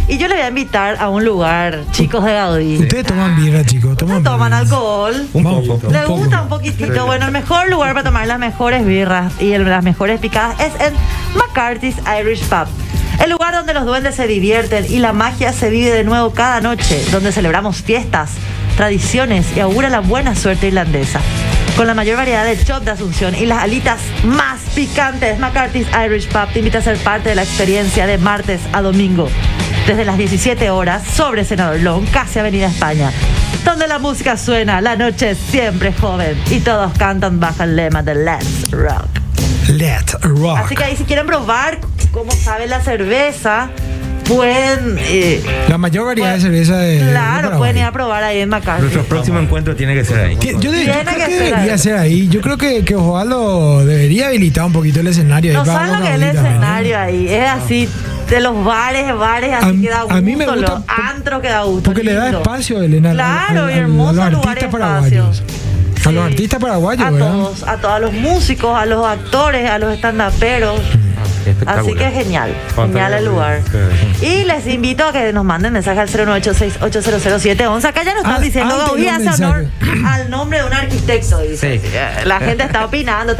Speaker 2: Y yo le voy a invitar a un lugar, chicos de Gaudí.
Speaker 1: Ustedes toman birra, chicos. Toman,
Speaker 2: No toman
Speaker 1: birra.
Speaker 2: alcohol.
Speaker 1: Un poco.
Speaker 2: Les
Speaker 1: poco.
Speaker 2: gusta un poquitito. Bueno, el mejor lugar para tomar las mejores birras y el- las mejores picadas es en McCarthy's Irish Pub. El lugar donde los duendes se divierten y la magia se vive de nuevo cada noche, donde celebramos fiestas, tradiciones y augura la buena suerte irlandesa. Con la mayor variedad de chop de Asunción y las alitas más picantes, McCarthy's Irish Pub te invita a ser parte de la experiencia de martes a domingo, desde las 17 horas sobre Senador Long, casi Avenida España donde la música suena, la noche es siempre joven y todos cantan bajo el lema de Let's Rock.
Speaker 1: Let's rock.
Speaker 2: Así que ahí si quieren probar cómo sabe la cerveza, pueden... eh,
Speaker 1: La mayor variedad de
Speaker 2: Bueno,
Speaker 1: cerveza de. de
Speaker 2: claro,
Speaker 1: Paraguay.
Speaker 2: pueden ir a probar ahí en McCarthy.
Speaker 6: Nuestro próximo encuentro tiene que ser ahí.
Speaker 1: Que- Yo, de- yo
Speaker 2: Tiene
Speaker 1: creo que,
Speaker 2: que ser
Speaker 1: debería
Speaker 2: ahí.
Speaker 1: ser ahí. Yo creo que, que Osvaldo debería habilitar un poquito el escenario. ahí
Speaker 2: No
Speaker 1: para
Speaker 2: saben lo
Speaker 1: los
Speaker 2: que es el
Speaker 1: gauditas, eh, ¿no? Ah.
Speaker 2: escenario ahí, es así, de los bares, bares, así
Speaker 1: A mí-
Speaker 2: que da gusto,
Speaker 1: a mí me gusta
Speaker 2: los
Speaker 1: por-
Speaker 2: antros que da gusto.
Speaker 1: Porque le da
Speaker 2: lindo.
Speaker 1: espacio, Elena. al-
Speaker 2: Claro,
Speaker 1: al-
Speaker 2: y
Speaker 1: al-
Speaker 2: hermoso
Speaker 1: a los
Speaker 2: lugar y
Speaker 1: artistas
Speaker 2: espacio.
Speaker 1: paraguayos. A los
Speaker 2: Sí.
Speaker 1: artistas paraguayos,
Speaker 2: A
Speaker 1: ¿verdad?
Speaker 2: todos, a todos, a los músicos, a los actores, a los estandaperos.
Speaker 1: Mm,
Speaker 2: Así que
Speaker 6: Espectacular.
Speaker 2: genial,
Speaker 5: Pantalla
Speaker 2: genial el
Speaker 5: verde,
Speaker 2: lugar.
Speaker 5: sí.
Speaker 2: Y les invito a que nos manden mensaje al 0986-800711. Acá ya nos están
Speaker 1: Ah,
Speaker 2: diciendo,
Speaker 1: antes
Speaker 2: Gaudí
Speaker 1: los
Speaker 2: hace honor
Speaker 1: mensajes.
Speaker 2: [CLEARS THROAT] al nombre de un arquitecto. Dice.
Speaker 6: Sí.
Speaker 2: La
Speaker 1: [LAUGHS]
Speaker 2: gente está opinando.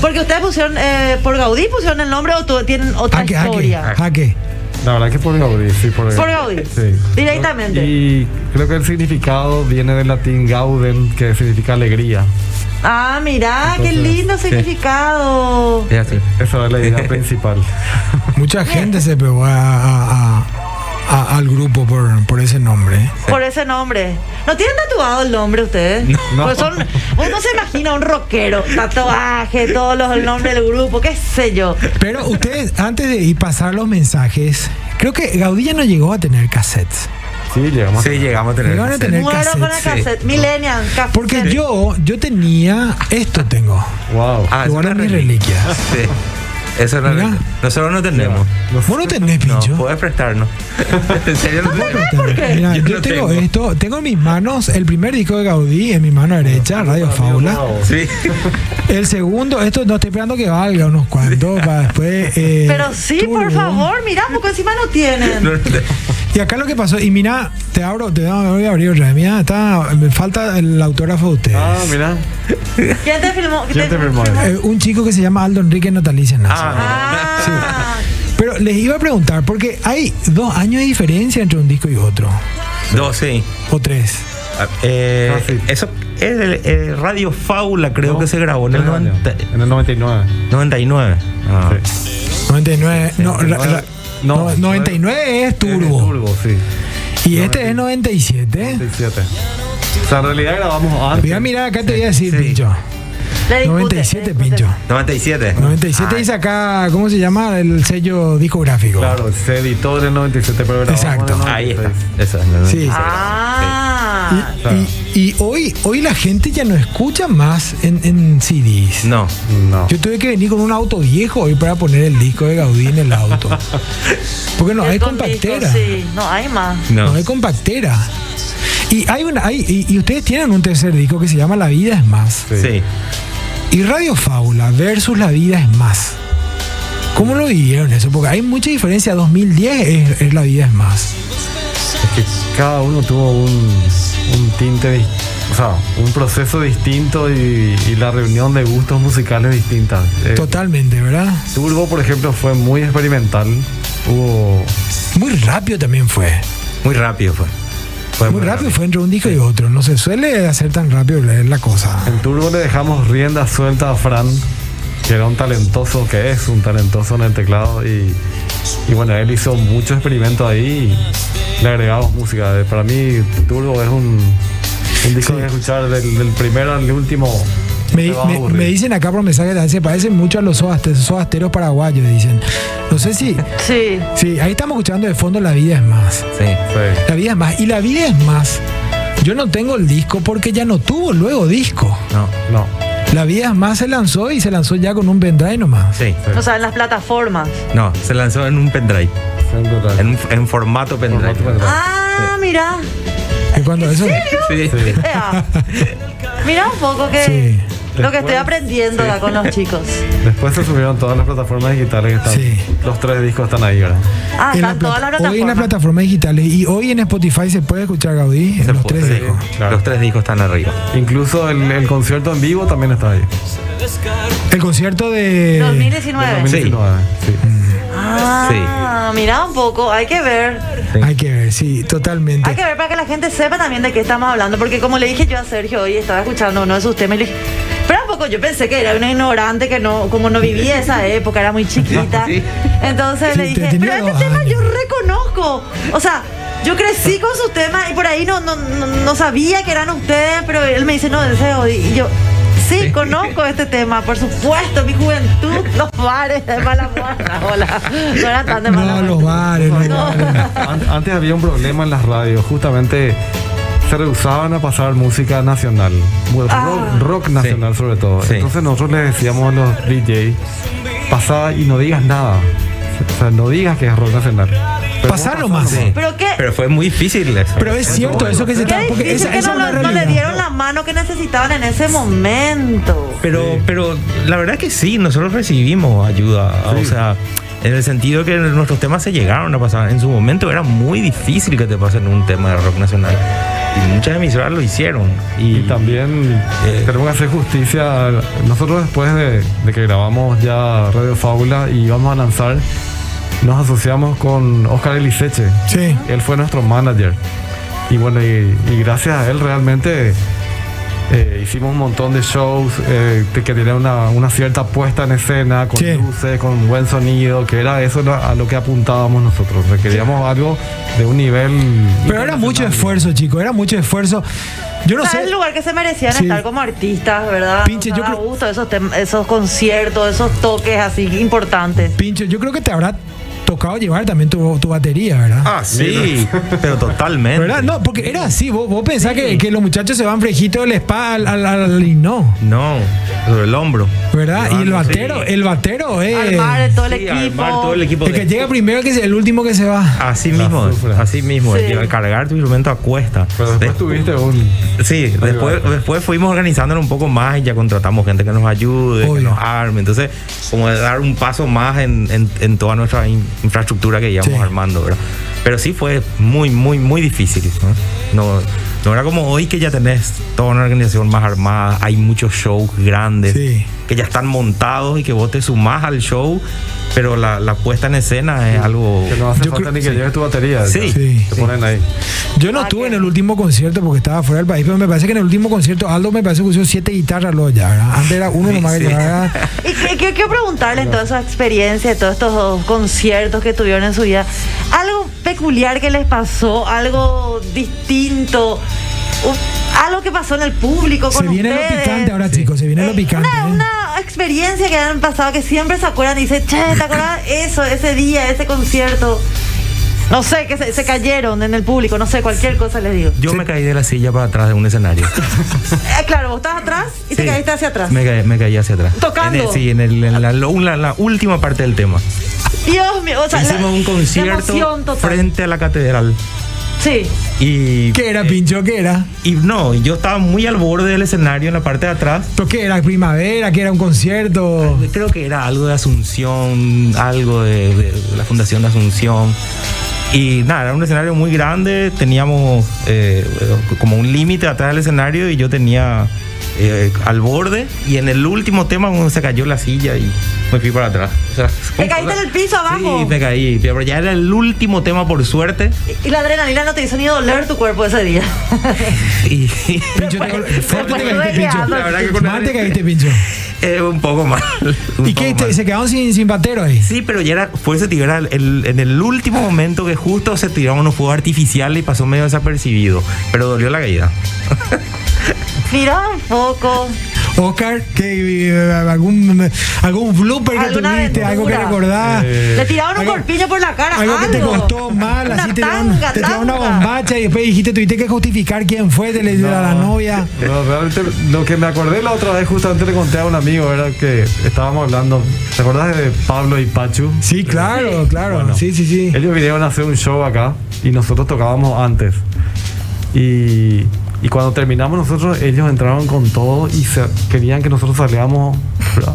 Speaker 2: Porque ustedes pusieron, eh, por Gaudí pusieron el nombre o tu- tienen otra
Speaker 1: Jaque, jaque,
Speaker 2: historia.
Speaker 1: jaque.
Speaker 5: La verdad que por Gaudí, sí, por Gaudí.
Speaker 2: Por Gaudí,
Speaker 5: Sí.
Speaker 2: directamente.
Speaker 5: Y creo que el significado viene del latín gauden, que significa alegría.
Speaker 2: Ah, mirá, qué
Speaker 5: Entonces,
Speaker 2: lindo significado.
Speaker 6: Es así.
Speaker 5: Esa es la
Speaker 6: [LAUGHS]
Speaker 5: idea principal.
Speaker 1: Mucha gente se pegó a- a- a- a- al grupo por, por ese nombre. ¿eh?
Speaker 2: Por ese nombre. ¿No tienen tatuado el nombre ustedes? No. Pues son, uno se imagina un rockero, tatuaje, todos los el nombre del grupo, qué sé yo.
Speaker 1: Pero ustedes, antes de ir pasar los mensajes, creo que Gaudí ya no llegó a tener cassettes.
Speaker 5: Sí, llegamos.
Speaker 6: Sí, llegamos a tener.
Speaker 1: Llegaron a
Speaker 6: cassette.
Speaker 1: tener
Speaker 2: Muero con la
Speaker 6: cassette, sí.
Speaker 2: cassette. Millennial, cassette.
Speaker 1: Porque yo, yo tenía, esto tengo.
Speaker 5: Wow.
Speaker 6: Ah, es
Speaker 1: Guardo
Speaker 6: una
Speaker 1: mis
Speaker 6: reliquia.
Speaker 1: reliquias.
Speaker 6: Sí. Eso es una
Speaker 1: Mirá.
Speaker 6: reliquia. Nosotros no tenemos.
Speaker 1: Vos no tenés,
Speaker 6: No,
Speaker 1: pincho.
Speaker 6: puedes prestarnos. [LAUGHS] en serio, no tenemos.
Speaker 1: Mira,
Speaker 6: Yo
Speaker 1: yo,
Speaker 6: no
Speaker 1: tengo,
Speaker 6: tengo.
Speaker 1: esto, tengo en mis manos el primer disco de Gaudí en mi mano derecha, Radio Fábula.
Speaker 5: Wow.
Speaker 6: Sí.
Speaker 1: El segundo, esto no estoy esperando que valga unos cuantos para después. eh,
Speaker 2: Pero sí, por
Speaker 1: Turbo.
Speaker 2: favor, mirá, porque encima no tienen.
Speaker 6: No, no te-
Speaker 1: Y acá lo que pasó, y mira, te abro, te voy a abrir otra. Mira, está, me falta el autógrafo de ustedes.
Speaker 5: Ah, mira.
Speaker 2: ¿Quién te filmó?
Speaker 5: ¿Quién te firmó?
Speaker 1: Eh, un chico que se llama Aldo Enrique Natalicia Nazo.
Speaker 2: Ah,
Speaker 1: Pero les iba a preguntar, porque hay dos años de diferencia entre un disco y otro.
Speaker 6: Dos, sí.
Speaker 1: O tres.
Speaker 6: Ah, eh,
Speaker 5: Ah, sí.
Speaker 6: eso es el, el Radio Fábula, creo
Speaker 5: No,
Speaker 6: que se grabó en el
Speaker 5: tres años.
Speaker 6: 90
Speaker 5: En el 99.
Speaker 6: 99. Ah.
Speaker 5: Sí.
Speaker 1: 99. No, la- la-
Speaker 5: No,
Speaker 1: no, 99 es
Speaker 5: En el
Speaker 1: turbo.
Speaker 5: Turbo, sí.
Speaker 1: Y este es 97.
Speaker 5: 67. O sea, en realidad grabamos antes.
Speaker 1: Voy a mirar acá, te voy a decir,
Speaker 6: Sí.
Speaker 1: Pincho.
Speaker 2: le discute,
Speaker 1: 97,
Speaker 2: le discute.
Speaker 1: Pincho.
Speaker 6: 97.
Speaker 1: 97
Speaker 6: Ah,
Speaker 1: dice acá, ¿cómo se llama? El sello discográfico.
Speaker 5: Claro, se editó en el 97, pero grabamos
Speaker 1: Exacto.
Speaker 5: en el
Speaker 6: Ah, Ahí está.
Speaker 5: 96.
Speaker 6: Eso es, ¿no?
Speaker 1: Sí.
Speaker 2: Ah,
Speaker 1: Y-
Speaker 5: claro.
Speaker 1: Y, y hoy, hoy la gente ya no escucha más en, en CDs.
Speaker 6: No.
Speaker 5: No.
Speaker 1: Yo tuve que venir con un auto viejo hoy para poner el disco de Gaudí en el auto. Porque no
Speaker 2: [LAUGHS] el
Speaker 1: hay
Speaker 2: con
Speaker 1: compactera.
Speaker 2: disco, sí. No hay más.
Speaker 1: No
Speaker 6: No.
Speaker 1: hay compactera. Y hay una, hay- y, y ustedes tienen un tercer disco que se llama La Vida es Más.
Speaker 6: Sí.
Speaker 1: Y Radio Fábula versus La Vida es Más. ¿Cómo lo vivieron eso? Porque hay mucha diferencia. 2010 es, es La Vida es Más.
Speaker 5: que cada uno tuvo un, un tinte, dis- o sea, un proceso distinto y, y la reunión de gustos musicales distintas. Eh,
Speaker 1: Totalmente, ¿verdad?
Speaker 5: Turbo, por ejemplo, fue muy experimental. Hubo.
Speaker 1: Muy rápido también fue.
Speaker 6: Muy rápido fue. Fue
Speaker 1: Muy rápido fue entre un disco y otro. No se suele hacer tan rápido leer la cosa.
Speaker 5: En Turbo le dejamos rienda suelta a Fran, que era un talentoso, que es un talentoso en el teclado. Y, y bueno, él hizo mucho experimento ahí y le agregamos música. Eh, Para mí, Turbo es un, un disco que escuchar del, del primero al último. no
Speaker 1: Me,
Speaker 5: te va a
Speaker 1: me-
Speaker 5: aburrir.
Speaker 1: me dicen acá por mensaje también, se parecen mucho a los sodasteros, sodasteros paraguayos, dicen. No sé
Speaker 5: [LAUGHS]
Speaker 1: si.
Speaker 2: Sí.
Speaker 1: Sí, ahí estamos escuchando de fondo La Vida es Más.
Speaker 6: Sí.
Speaker 5: Sí.
Speaker 1: La Vida es Más. Y La Vida es Más. Yo no tengo el disco porque ya no tuvo luego disco.
Speaker 6: No.
Speaker 5: No.
Speaker 1: La Vida es Más se lanzó y se lanzó ya con un pendrive nomás.
Speaker 6: Sí.
Speaker 2: No saben las plataformas.
Speaker 6: No. Se lanzó en un pendrive. En, un- en formato pendrive.
Speaker 5: Formato pendrive.
Speaker 2: Ah, mira.
Speaker 1: Y cuando eso.
Speaker 6: Sí.
Speaker 1: [LAUGHS]
Speaker 2: Ea. Mira un poco que
Speaker 1: Sí.
Speaker 2: lo que estoy
Speaker 5: Después-
Speaker 2: aprendiendo acá con los chicos.
Speaker 5: Después se subieron todas las plataformas digitales que están.
Speaker 1: Sí.
Speaker 5: Los tres discos están ahí, ¿verdad?
Speaker 2: Ah,
Speaker 1: en la
Speaker 2: están todas las
Speaker 1: plata- hoy en las plataformas
Speaker 2: plataformas.
Speaker 1: digitales y hoy en Spotify se puede escuchar Gaudí en
Speaker 6: Se
Speaker 1: los
Speaker 6: puede,
Speaker 1: tres
Speaker 6: sí.
Speaker 1: discos.
Speaker 5: Claro.
Speaker 6: Los tres discos están arriba.
Speaker 5: Incluso el, el concierto en vivo también está ahí.
Speaker 1: El concierto de.
Speaker 2: 2019.
Speaker 6: Sí.
Speaker 5: 2019, sí.
Speaker 2: Ah, mira un poco, hay que ver.
Speaker 1: Hay que ver, sí, totalmente.
Speaker 2: Hay que ver para que la gente sepa también de qué estamos hablando, porque como le dije yo a Sergio hoy, estaba escuchando uno de sus temas y le dije, pero un poco yo pensé que era una ignorante que no, como no vivía esa época, era muy chiquita.
Speaker 6: Sí.
Speaker 1: [LAUGHS]
Speaker 2: Entonces
Speaker 1: Sí,
Speaker 2: le
Speaker 1: te-
Speaker 2: dije,
Speaker 1: tenía
Speaker 2: pero este
Speaker 1: dos
Speaker 2: tema yo
Speaker 1: años".
Speaker 2: reconozco. O sea, yo crecí con sus temas y por ahí no, no, no, no sabía que eran ustedes, pero él me dice, no, deseo. Y yo, sí, conozco este tema, por supuesto,
Speaker 1: [LAUGHS]
Speaker 2: mi juventud, los bares de mala muerte. Hola, no era tan de mala
Speaker 1: No, los bares,
Speaker 2: muerte.
Speaker 1: los
Speaker 2: No.
Speaker 1: bares.
Speaker 5: An- Antes había un problema en las radios, justamente se rehusaban a pasar música nacional, mu- rock, rock nacional sobre todo.
Speaker 6: Sí.
Speaker 5: Entonces nosotros les decíamos a los DJ, pasá y no digas nada. O sea, no digas que es rock nacional. Pero vos
Speaker 1: Pasar
Speaker 5: pasá
Speaker 1: nomás.
Speaker 5: nomás.
Speaker 6: Sí.
Speaker 2: Pero qué,
Speaker 6: Pero fue muy difícil eso.
Speaker 1: Pero es cierto eso que se
Speaker 2: Qué
Speaker 1: está. Porque
Speaker 2: difícil
Speaker 1: esa,
Speaker 2: que
Speaker 1: esa es
Speaker 2: no,
Speaker 1: una
Speaker 2: lo- no le
Speaker 1: realidad.
Speaker 2: dieron la mano que necesitaban en ese momento.
Speaker 6: Pero, pero la verdad que sí, nosotros recibimos ayuda. O sea, en el sentido que nuestros temas se llegaron a pasar. En su momento era muy difícil que te pasen un tema de rock nacional. Y muchas emisoras lo hicieron.
Speaker 5: Y
Speaker 6: Y,
Speaker 5: también
Speaker 6: Eh.
Speaker 5: tenemos que hacer justicia. a- Nosotros después de, de que grabamos ya Radio Fábula y íbamos a lanzar, nos asociamos con Oscar Eliseche.
Speaker 1: Sí.
Speaker 5: Él fue nuestro manager. Y bueno, y, y gracias a él realmente eh, hicimos un montón de shows eh, que tenían una, una cierta puesta en escena, con
Speaker 1: Sí.
Speaker 5: luces, con buen sonido, que era eso lo- a lo que apuntábamos nosotros. que Queríamos algo de un nivel.
Speaker 1: Pero era mucho esfuerzo, chico, era mucho esfuerzo. Yo no
Speaker 2: O sea,
Speaker 1: sé.
Speaker 2: el lugar que se merecían
Speaker 1: Sí.
Speaker 2: estar como artistas, ¿verdad?
Speaker 1: Pinche,
Speaker 2: O sea,
Speaker 1: yo
Speaker 2: da
Speaker 1: creo-
Speaker 2: gusto esos, tem- esos conciertos, esos toques así importantes.
Speaker 1: Pincho, yo creo que te habrá tocado llevar también tu, tu batería, ¿verdad?
Speaker 6: Ah, sí, pero totalmente.
Speaker 1: ¿Verdad? No, porque era así. Vos, vos pensás que, que los muchachos se van frejitos del spa al, al, al- y no.
Speaker 6: No, sobre el hombro.
Speaker 1: ¿Verdad? y el
Speaker 6: Llevando,
Speaker 1: batero,
Speaker 6: sí.
Speaker 1: el batero es
Speaker 2: Armar todo el
Speaker 6: Sí,
Speaker 2: equipo.
Speaker 6: armar todo el equipo.
Speaker 1: el que
Speaker 6: de-
Speaker 1: llega primero que es el último que se va.
Speaker 6: Así mismo,
Speaker 5: sufra.
Speaker 6: así mismo,
Speaker 2: Sí.
Speaker 6: llevar- cargar tu instrumento a cuesta.
Speaker 5: Pero
Speaker 6: De-
Speaker 5: después tuviste un.
Speaker 6: Sí,
Speaker 5: Ahí
Speaker 6: después,
Speaker 5: va.
Speaker 6: después fuimos organizándolo un poco más y ya contratamos gente que nos ayude, que
Speaker 1: Obvio.
Speaker 6: nos arme. Entonces, como de dar un paso más en, en- en toda nuestra in- infraestructura que íbamos
Speaker 1: Sí.
Speaker 6: armando, ¿verdad? Pero sí fue muy, muy, muy difícil. No, no, no era como hoy que ya tenés toda una organización más armada, hay muchos shows grandes
Speaker 1: Sí.
Speaker 6: que ya están montados y que vos te sumás al show, pero la, la puesta en escena es algo...
Speaker 5: Que no hace
Speaker 1: Yo
Speaker 5: falta
Speaker 1: creo-
Speaker 5: ni que
Speaker 1: sí.
Speaker 5: lleves tu batería.
Speaker 6: Sí.
Speaker 5: ¿sabes?
Speaker 1: Sí.
Speaker 5: Te ponen ahí.
Speaker 1: Yo no
Speaker 2: Ah,
Speaker 1: estuve
Speaker 2: qué
Speaker 1: en el
Speaker 2: bien.
Speaker 1: último concierto porque estaba fuera del país, pero me parece que en el último concierto Aldo me parece que usó siete guitarras luego ya, ¿verdad? Antes era uno
Speaker 6: Sí,
Speaker 1: nomás que
Speaker 6: sí.
Speaker 1: llevaba.
Speaker 2: Y que- que- quiero preguntarles toda su experiencia, todos estos dos conciertos que tuvieron en su vida. Algo peculiar que les pasó, algo distinto, u- algo que pasó en el público con
Speaker 1: Se viene lo
Speaker 2: ustedes.
Speaker 1: picante ahora, chicos, se viene lo
Speaker 2: Eh,
Speaker 1: picante.
Speaker 2: Una,
Speaker 1: ¿eh?
Speaker 2: una experiencia que han pasado que siempre se acuerdan y dicen, che, ¿te acuerdas [LAUGHS] eso, ese día, ese concierto? No sé, que se, se cayeron en el público, no sé, cualquier cosa les
Speaker 1: [LAUGHS]
Speaker 2: digo.
Speaker 6: Yo me caí de la silla para atrás de un escenario.
Speaker 2: Eh, claro, vos estabas atrás y te
Speaker 6: Sí.
Speaker 2: caíste hacia atrás.
Speaker 6: Me caí, me caí hacia atrás.
Speaker 2: Tocando.
Speaker 6: En el- sí, en, el- en la, lo- la- la última parte del tema.
Speaker 2: Dios mío, o sea, la-
Speaker 6: Hicimos un
Speaker 2: la emoción
Speaker 6: concierto
Speaker 2: total.
Speaker 6: frente a la catedral.
Speaker 2: Sí.
Speaker 6: Y,
Speaker 1: ¿Qué era, pincho? ¿Qué era?
Speaker 6: y no, yo estaba muy al borde del escenario en la parte de atrás.
Speaker 1: ¿Pero qué era? ¿Primavera? ¿Qué era un concierto?
Speaker 6: Creo que era algo de Asunción, algo de, de la Fundación de Asunción. Y nada, era un escenario muy grande, teníamos eh, como un límite atrás del escenario y yo tenía eh, al borde y en el último tema cuando se cayó la silla y me fui para atrás. O sea,
Speaker 2: Te caíste en el piso abajo.
Speaker 6: Sí, me caí, pero ya era el último tema por suerte.
Speaker 2: Y la adrenalina no te hizo ni doler tu cuerpo ese día. [LAUGHS]
Speaker 6: Y [LAUGHS]
Speaker 1: Pincho, te
Speaker 2: Después-
Speaker 1: fuerte te
Speaker 2: después
Speaker 1: caíste,
Speaker 2: de que
Speaker 1: pincho.
Speaker 2: Aldo-
Speaker 6: La verdad que con
Speaker 1: Más
Speaker 6: el-
Speaker 1: te caíste, pincho.
Speaker 6: eh, un poco mal. un
Speaker 1: ¿Y
Speaker 6: poco
Speaker 1: qué? te-
Speaker 6: mal.
Speaker 1: ¿Se quedaron sin, sin batero ahí?
Speaker 6: Sí, pero ya era, fue ese tiro, era el- en el último momento que justo se tiraron unos fuegos artificiales y pasó medio desapercibido, pero dolió la caída.
Speaker 2: Mira un poco.
Speaker 1: Oscar, ¿qué, eh, algún, algún blooper que
Speaker 2: Alguna
Speaker 1: tuviste, algo que
Speaker 2: aventura.
Speaker 1: recordás,
Speaker 5: Eh,
Speaker 2: Le tiraron un
Speaker 1: algo-
Speaker 2: golpiño por la cara.
Speaker 1: algo que te costó mal,
Speaker 2: Una
Speaker 1: así te
Speaker 2: tanga,
Speaker 1: tiraron, te tiraron una
Speaker 2: tanga.
Speaker 1: bombacha y después dijiste, tuviste que justificar quién fue, te le dio a la novia.
Speaker 5: No, realmente lo que me acordé la otra vez, justamente le conté a un amigo, era que estábamos hablando. ¿Te acordás de Pablo y Pachu?
Speaker 1: Sí, claro, claro,
Speaker 5: Bueno.
Speaker 1: sí, sí, sí.
Speaker 5: Ellos vinieron a hacer un show acá y nosotros tocábamos antes. Y, y cuando terminamos nosotros, ellos entraron con todo y se- querían que nosotros salíamos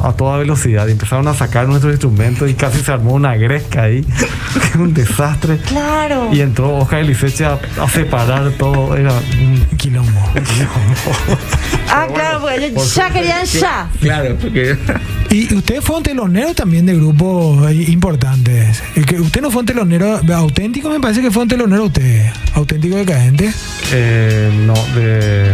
Speaker 5: a toda velocidad. Y empezaron a sacar nuestros instrumentos y casi se armó una gresca ahí. [LAUGHS] un desastre.
Speaker 2: Claro.
Speaker 5: Y entró Oscar Eliseche a, a separar todo. Era un
Speaker 1: Un Quilombo.
Speaker 2: ah, claro, porque ellos ya querían ya.
Speaker 6: Claro, porque
Speaker 1: Y usted fue un telonero también de grupos eh, importantes. El que- Usted no fue un telonero auténtico, me parece que fue un telonero usted. Auténtico decadente.
Speaker 5: Eh, no, de.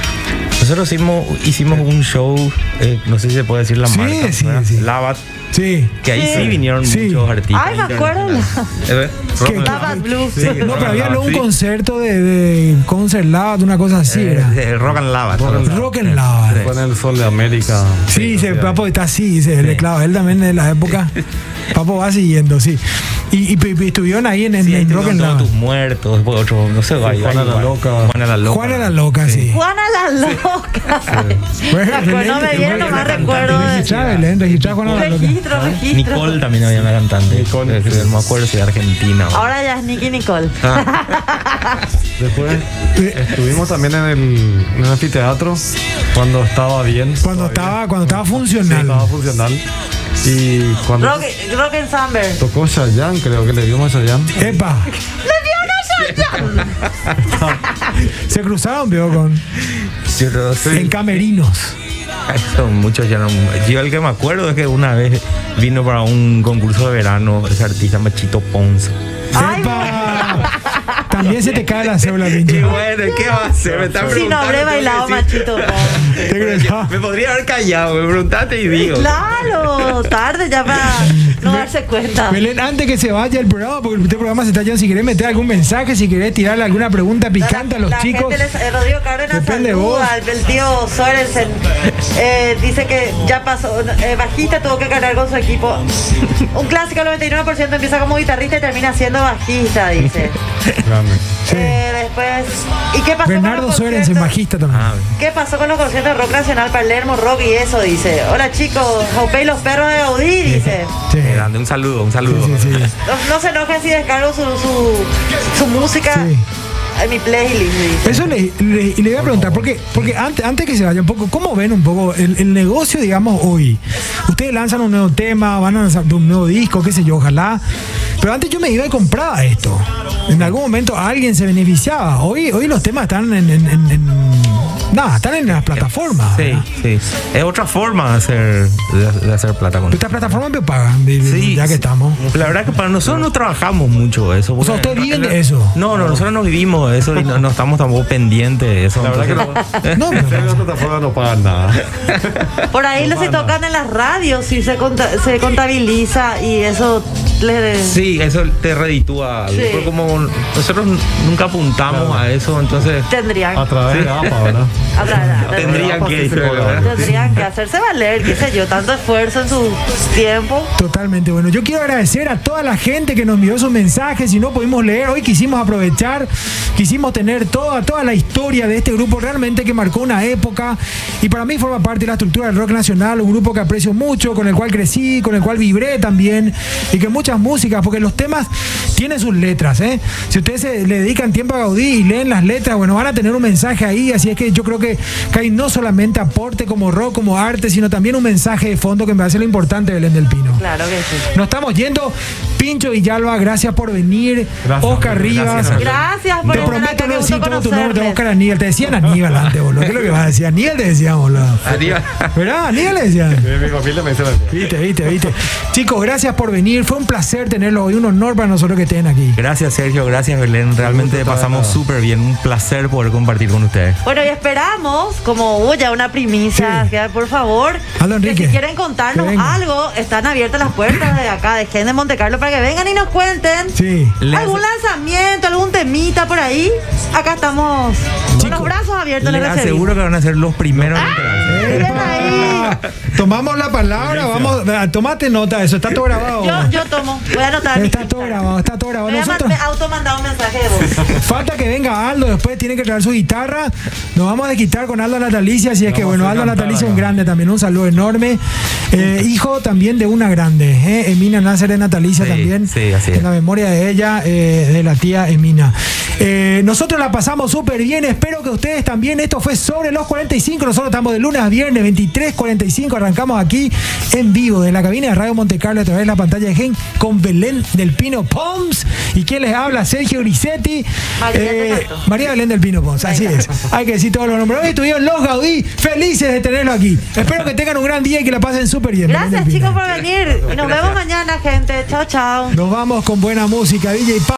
Speaker 6: [LAUGHS] nosotros hicimos, hicimos un show, eh, no sé si se puede decir la
Speaker 1: Sí,
Speaker 6: marca,
Speaker 1: sí,
Speaker 6: ¿verdad?
Speaker 1: sí.
Speaker 6: Lavat,
Speaker 1: Sí.
Speaker 6: que ahí sí,
Speaker 2: Sí.
Speaker 6: vinieron
Speaker 1: Sí.
Speaker 6: muchos artistas.
Speaker 2: Ay, me acuerdo.
Speaker 6: Eh,
Speaker 1: Que-
Speaker 6: Rock and
Speaker 2: Lavat Blues.
Speaker 6: Sí,
Speaker 1: no, pero había luego un
Speaker 6: sí.
Speaker 1: concierto de, de Concert Lab, una cosa así. era.
Speaker 6: Eh, eh, Rock and Lavat.
Speaker 5: Rock and
Speaker 1: Rock and Lava.
Speaker 5: Fue en el Sol de América.
Speaker 1: Sí, se, Papo está así, se le clava. Él también de la época. Papo va siguiendo, sí. Y, y- y estuvieron ahí en, en-
Speaker 6: Sí, ahí
Speaker 1: en Rock
Speaker 6: estuvieron
Speaker 1: and
Speaker 6: todos
Speaker 1: Lava.
Speaker 6: tus muertos, después otro, no sé, ahí-
Speaker 5: Juana
Speaker 6: ahí
Speaker 5: la
Speaker 6: va.
Speaker 5: Loca.
Speaker 6: Juana la Loca.
Speaker 1: Juana la loca, sí.
Speaker 2: Juana la loca.
Speaker 1: Bueno,
Speaker 2: Me acuerdo, no me
Speaker 1: Belén,
Speaker 2: viene nomás
Speaker 6: Belén,
Speaker 2: recuerdo
Speaker 6: Belén,
Speaker 2: de.
Speaker 1: Registrá, Belén, registrá Juana la loca.
Speaker 2: Registro, registro.
Speaker 1: Ah,
Speaker 6: Nicole también había una cantante.
Speaker 5: Nicole.
Speaker 6: Nicole. No me acuerdo si era argentina. o-
Speaker 2: Ahora ya es Nicky Nicole.
Speaker 1: Ah.
Speaker 5: Después estuvimos también en el, en el anfiteatro cuando estaba bien.
Speaker 1: Cuando
Speaker 5: todavía.
Speaker 1: estaba, cuando estaba
Speaker 5: Sí, estaba
Speaker 1: funcional.
Speaker 5: funcional. Y cuando
Speaker 2: Rock, rock and Summer.
Speaker 5: tocó Shayan, creo que le dimos a Shayan.
Speaker 1: Epa, [LAUGHS] se cruzaron, veo, con.
Speaker 6: Yo no sé.
Speaker 1: En camerinos.
Speaker 6: Son muchos ya no. Yo el que me acuerdo es que una vez vino para un concurso de verano ese artista Machito Ponce.
Speaker 2: Ay,
Speaker 1: ¡Epa! También se te cae la cédula, pinche.
Speaker 6: Y bueno, ¿qué va a hacer? Me está
Speaker 2: Si no
Speaker 6: preguntando,
Speaker 2: habré
Speaker 6: te voy a
Speaker 2: bailado,
Speaker 6: decir- [LAUGHS]
Speaker 2: machito.
Speaker 1: Te creo-
Speaker 6: Me podría haber callado, me preguntaste y digo.
Speaker 2: Claro, tarde ya para no darse cuenta.
Speaker 1: Belén, antes que se vaya el programa, porque este programa se está yendo, si querés meter algún mensaje, si querés tirarle alguna pregunta picante a los
Speaker 2: La
Speaker 1: chicos.
Speaker 2: gente les- eh, Rodrigo Cárdenas
Speaker 1: Depende de
Speaker 2: saluda, el, el tío Sorensen eh, dice que ya pasó, eh, bajista tuvo que ganar con su equipo. Un clásico al 99% empieza como guitarrista y termina siendo bajista, dice. Eh, después, ¿y qué pasó? con los
Speaker 1: Bernardo Sorensen,
Speaker 2: conciertos?
Speaker 1: bajista también.
Speaker 6: Ah,
Speaker 2: ¿Qué pasó con los conciertos de rock nacional, Palermo, rock y eso? Dice. Hola chicos, Jopé y los perros de Audí, dice.
Speaker 1: Sí.
Speaker 6: eh, grande, un saludo, un
Speaker 1: Sí,
Speaker 6: saludo.
Speaker 1: sí, sí.
Speaker 2: No, no se enojen si descargo su, su, su música
Speaker 1: Sí.
Speaker 2: en mi playlist, dice.
Speaker 1: Eso le, le- y le voy a preguntar, porque, porque antes, antes que se vaya un poco, ¿cómo ven un poco el, el negocio, digamos, hoy? Ustedes lanzan un nuevo tema, van a lanzar un nuevo disco, qué sé yo, ojalá. Pero antes yo me iba y compraba esto. En algún momento alguien se beneficiaba. Hoy, hoy los temas están en... en- en- en- nada, están en las plataformas.
Speaker 6: [LAUGHS] Sí,
Speaker 1: ¿verdad?
Speaker 6: sí. Es otra forma de hacer, de, de hacer plata con
Speaker 1: Estas plataformas me pagan, de- de-
Speaker 6: Sí,
Speaker 1: ya que
Speaker 6: sí. [LAUGHS]
Speaker 1: estamos.
Speaker 6: La verdad que para nosotros no trabajamos mucho eso.
Speaker 1: sea,
Speaker 6: porque-
Speaker 1: ¿ustedes viven de eso?
Speaker 6: No, no, nosotros no vivimos de eso y no, no estamos tampoco pendientes de eso.
Speaker 5: La verdad que
Speaker 6: Entonces,
Speaker 5: no.
Speaker 1: No, pero-
Speaker 5: [LAUGHS] Ustedes en la plataforma no pagan nada.
Speaker 2: Por ahí los se tocan en las radios y se, conta- se contabiliza y eso le...
Speaker 6: Sí, eso te reditúa. algo,
Speaker 2: Sí.
Speaker 6: pero como nosotros nunca apuntamos a eso, entonces
Speaker 2: Tendrían,
Speaker 1: Ah.
Speaker 5: A través de APA, ¿verdad?
Speaker 2: habrá-
Speaker 6: tendrían
Speaker 5: pero-
Speaker 6: que.
Speaker 5: sí se cobra.
Speaker 2: tendrían que hacerse valer, qué sé yo, tanto esfuerzo en su tiempo.
Speaker 1: Totalmente, bueno, yo quiero agradecer a toda la gente que nos envió sus mensajes, si no pudimos leer, hoy quisimos aprovechar, quisimos tener toda, toda la historia de este grupo realmente que marcó una época y para mí forma parte de la estructura del rock nacional, un grupo que aprecio mucho, con el cual crecí, con el cual vibré también y que muchas músicas, porque los temas tienen sus letras, ¿eh? Si ustedes se- le dedican tiempo a Gaudí y leen las letras, bueno, van a tener un mensaje ahí, así es que yo creo que Kai no solamente aporte como rock, como arte, sino también un mensaje de fondo que me hace lo importante Belén del Pino.
Speaker 2: Claro que sí.
Speaker 1: Nos estamos yendo. Pincho Villalba, gracias por venir.
Speaker 5: Gracias,
Speaker 1: Oscar
Speaker 5: gracias,
Speaker 1: Rivas.
Speaker 5: gracias.
Speaker 2: Gracias por
Speaker 1: Te
Speaker 2: estar
Speaker 1: prometo
Speaker 2: acá,
Speaker 1: no
Speaker 2: qué
Speaker 1: decir
Speaker 2: gusto
Speaker 1: todo tu nombre, te-
Speaker 2: conocerles.
Speaker 1: Oscar Aníbal. Te decían Aníbal antes, boludo. ¿Qué es lo que vas a decir? Aníbal te decían, boludo.
Speaker 6: Adiós.
Speaker 1: ¿Verdad? Aníbal le decían.
Speaker 5: Mi familia me dice la misma.
Speaker 1: Viste, viste, viste. Chicos, gracias por venir. Fue un placer tenerlos hoy. Un honor para nosotros que estén aquí.
Speaker 6: Gracias Sergio, gracias Belén, realmente pasamos súper bien, un placer poder compartir con ustedes.
Speaker 2: Bueno, y esperamos, como hubo ya una primicia,
Speaker 1: Sí.
Speaker 2: que, por favor,
Speaker 1: Aldo
Speaker 2: que
Speaker 1: Enrique,
Speaker 2: si quieren contarnos
Speaker 1: que venga.
Speaker 2: algo, están abiertas las puertas de acá, de Gen de Monte Carlo, para que vengan y nos cuenten
Speaker 1: Sí.
Speaker 6: Les-
Speaker 2: algún lanzamiento, algún temita por ahí. Acá estamos con los
Speaker 6: Chicos,
Speaker 2: brazos abiertos, les
Speaker 6: Les aseguro que van a ser los primeros.
Speaker 2: Ah,
Speaker 6: en enterarse.
Speaker 2: recibimos. Ven ahí.
Speaker 1: Ah, Tomamos la palabra. Vamos. ah, Tomate nota, eso está todo grabado.
Speaker 2: Yo, yo tomo, voy a anotar. mi
Speaker 1: Está todo
Speaker 2: Instagram.
Speaker 1: grabado, está todo grabado.
Speaker 2: Me voy a
Speaker 1: Nosotros-
Speaker 2: ma- me automandar un mensaje de
Speaker 1: [LAUGHS]
Speaker 2: voz.
Speaker 1: Falta que venga Aldo, después tiene que traer su guitarra. Nos vamos a quitar con Aldo Natalicia, así es que bueno, Aldo Natalicia un grande también, un saludo enorme. Eh, hijo también de una grande, eh, Emina Nácer de Natalicia
Speaker 6: Sí,
Speaker 1: también.
Speaker 6: sí, así es.
Speaker 1: En la memoria de ella, eh, de la tía Emina. Eh, nosotros la pasamos súper bien, espero que ustedes también. Esto fue sobre los 45, nosotros estamos de lunes a viernes, 23.45, arrancamos aquí en vivo de la cabina de Radio Monte Carlo a través de la pantalla de Gen con Belén del Pino Poms. ¿Y quién les habla? Sergio Grisetti.
Speaker 2: María del Pato.
Speaker 1: María Belén del Pino Pons, así es. Hay que decir todos los nombres. Hoy estuvieron los Gaudí felices de tenerlo aquí. Espero que tengan un gran día y que la pasen súper bien. Belén
Speaker 2: Gracias,
Speaker 1: del Pino.
Speaker 2: chicos, por venir. Y nos vemos mañana, gente. Chao, chao.
Speaker 1: Nos vamos con buena música, DJ Pa.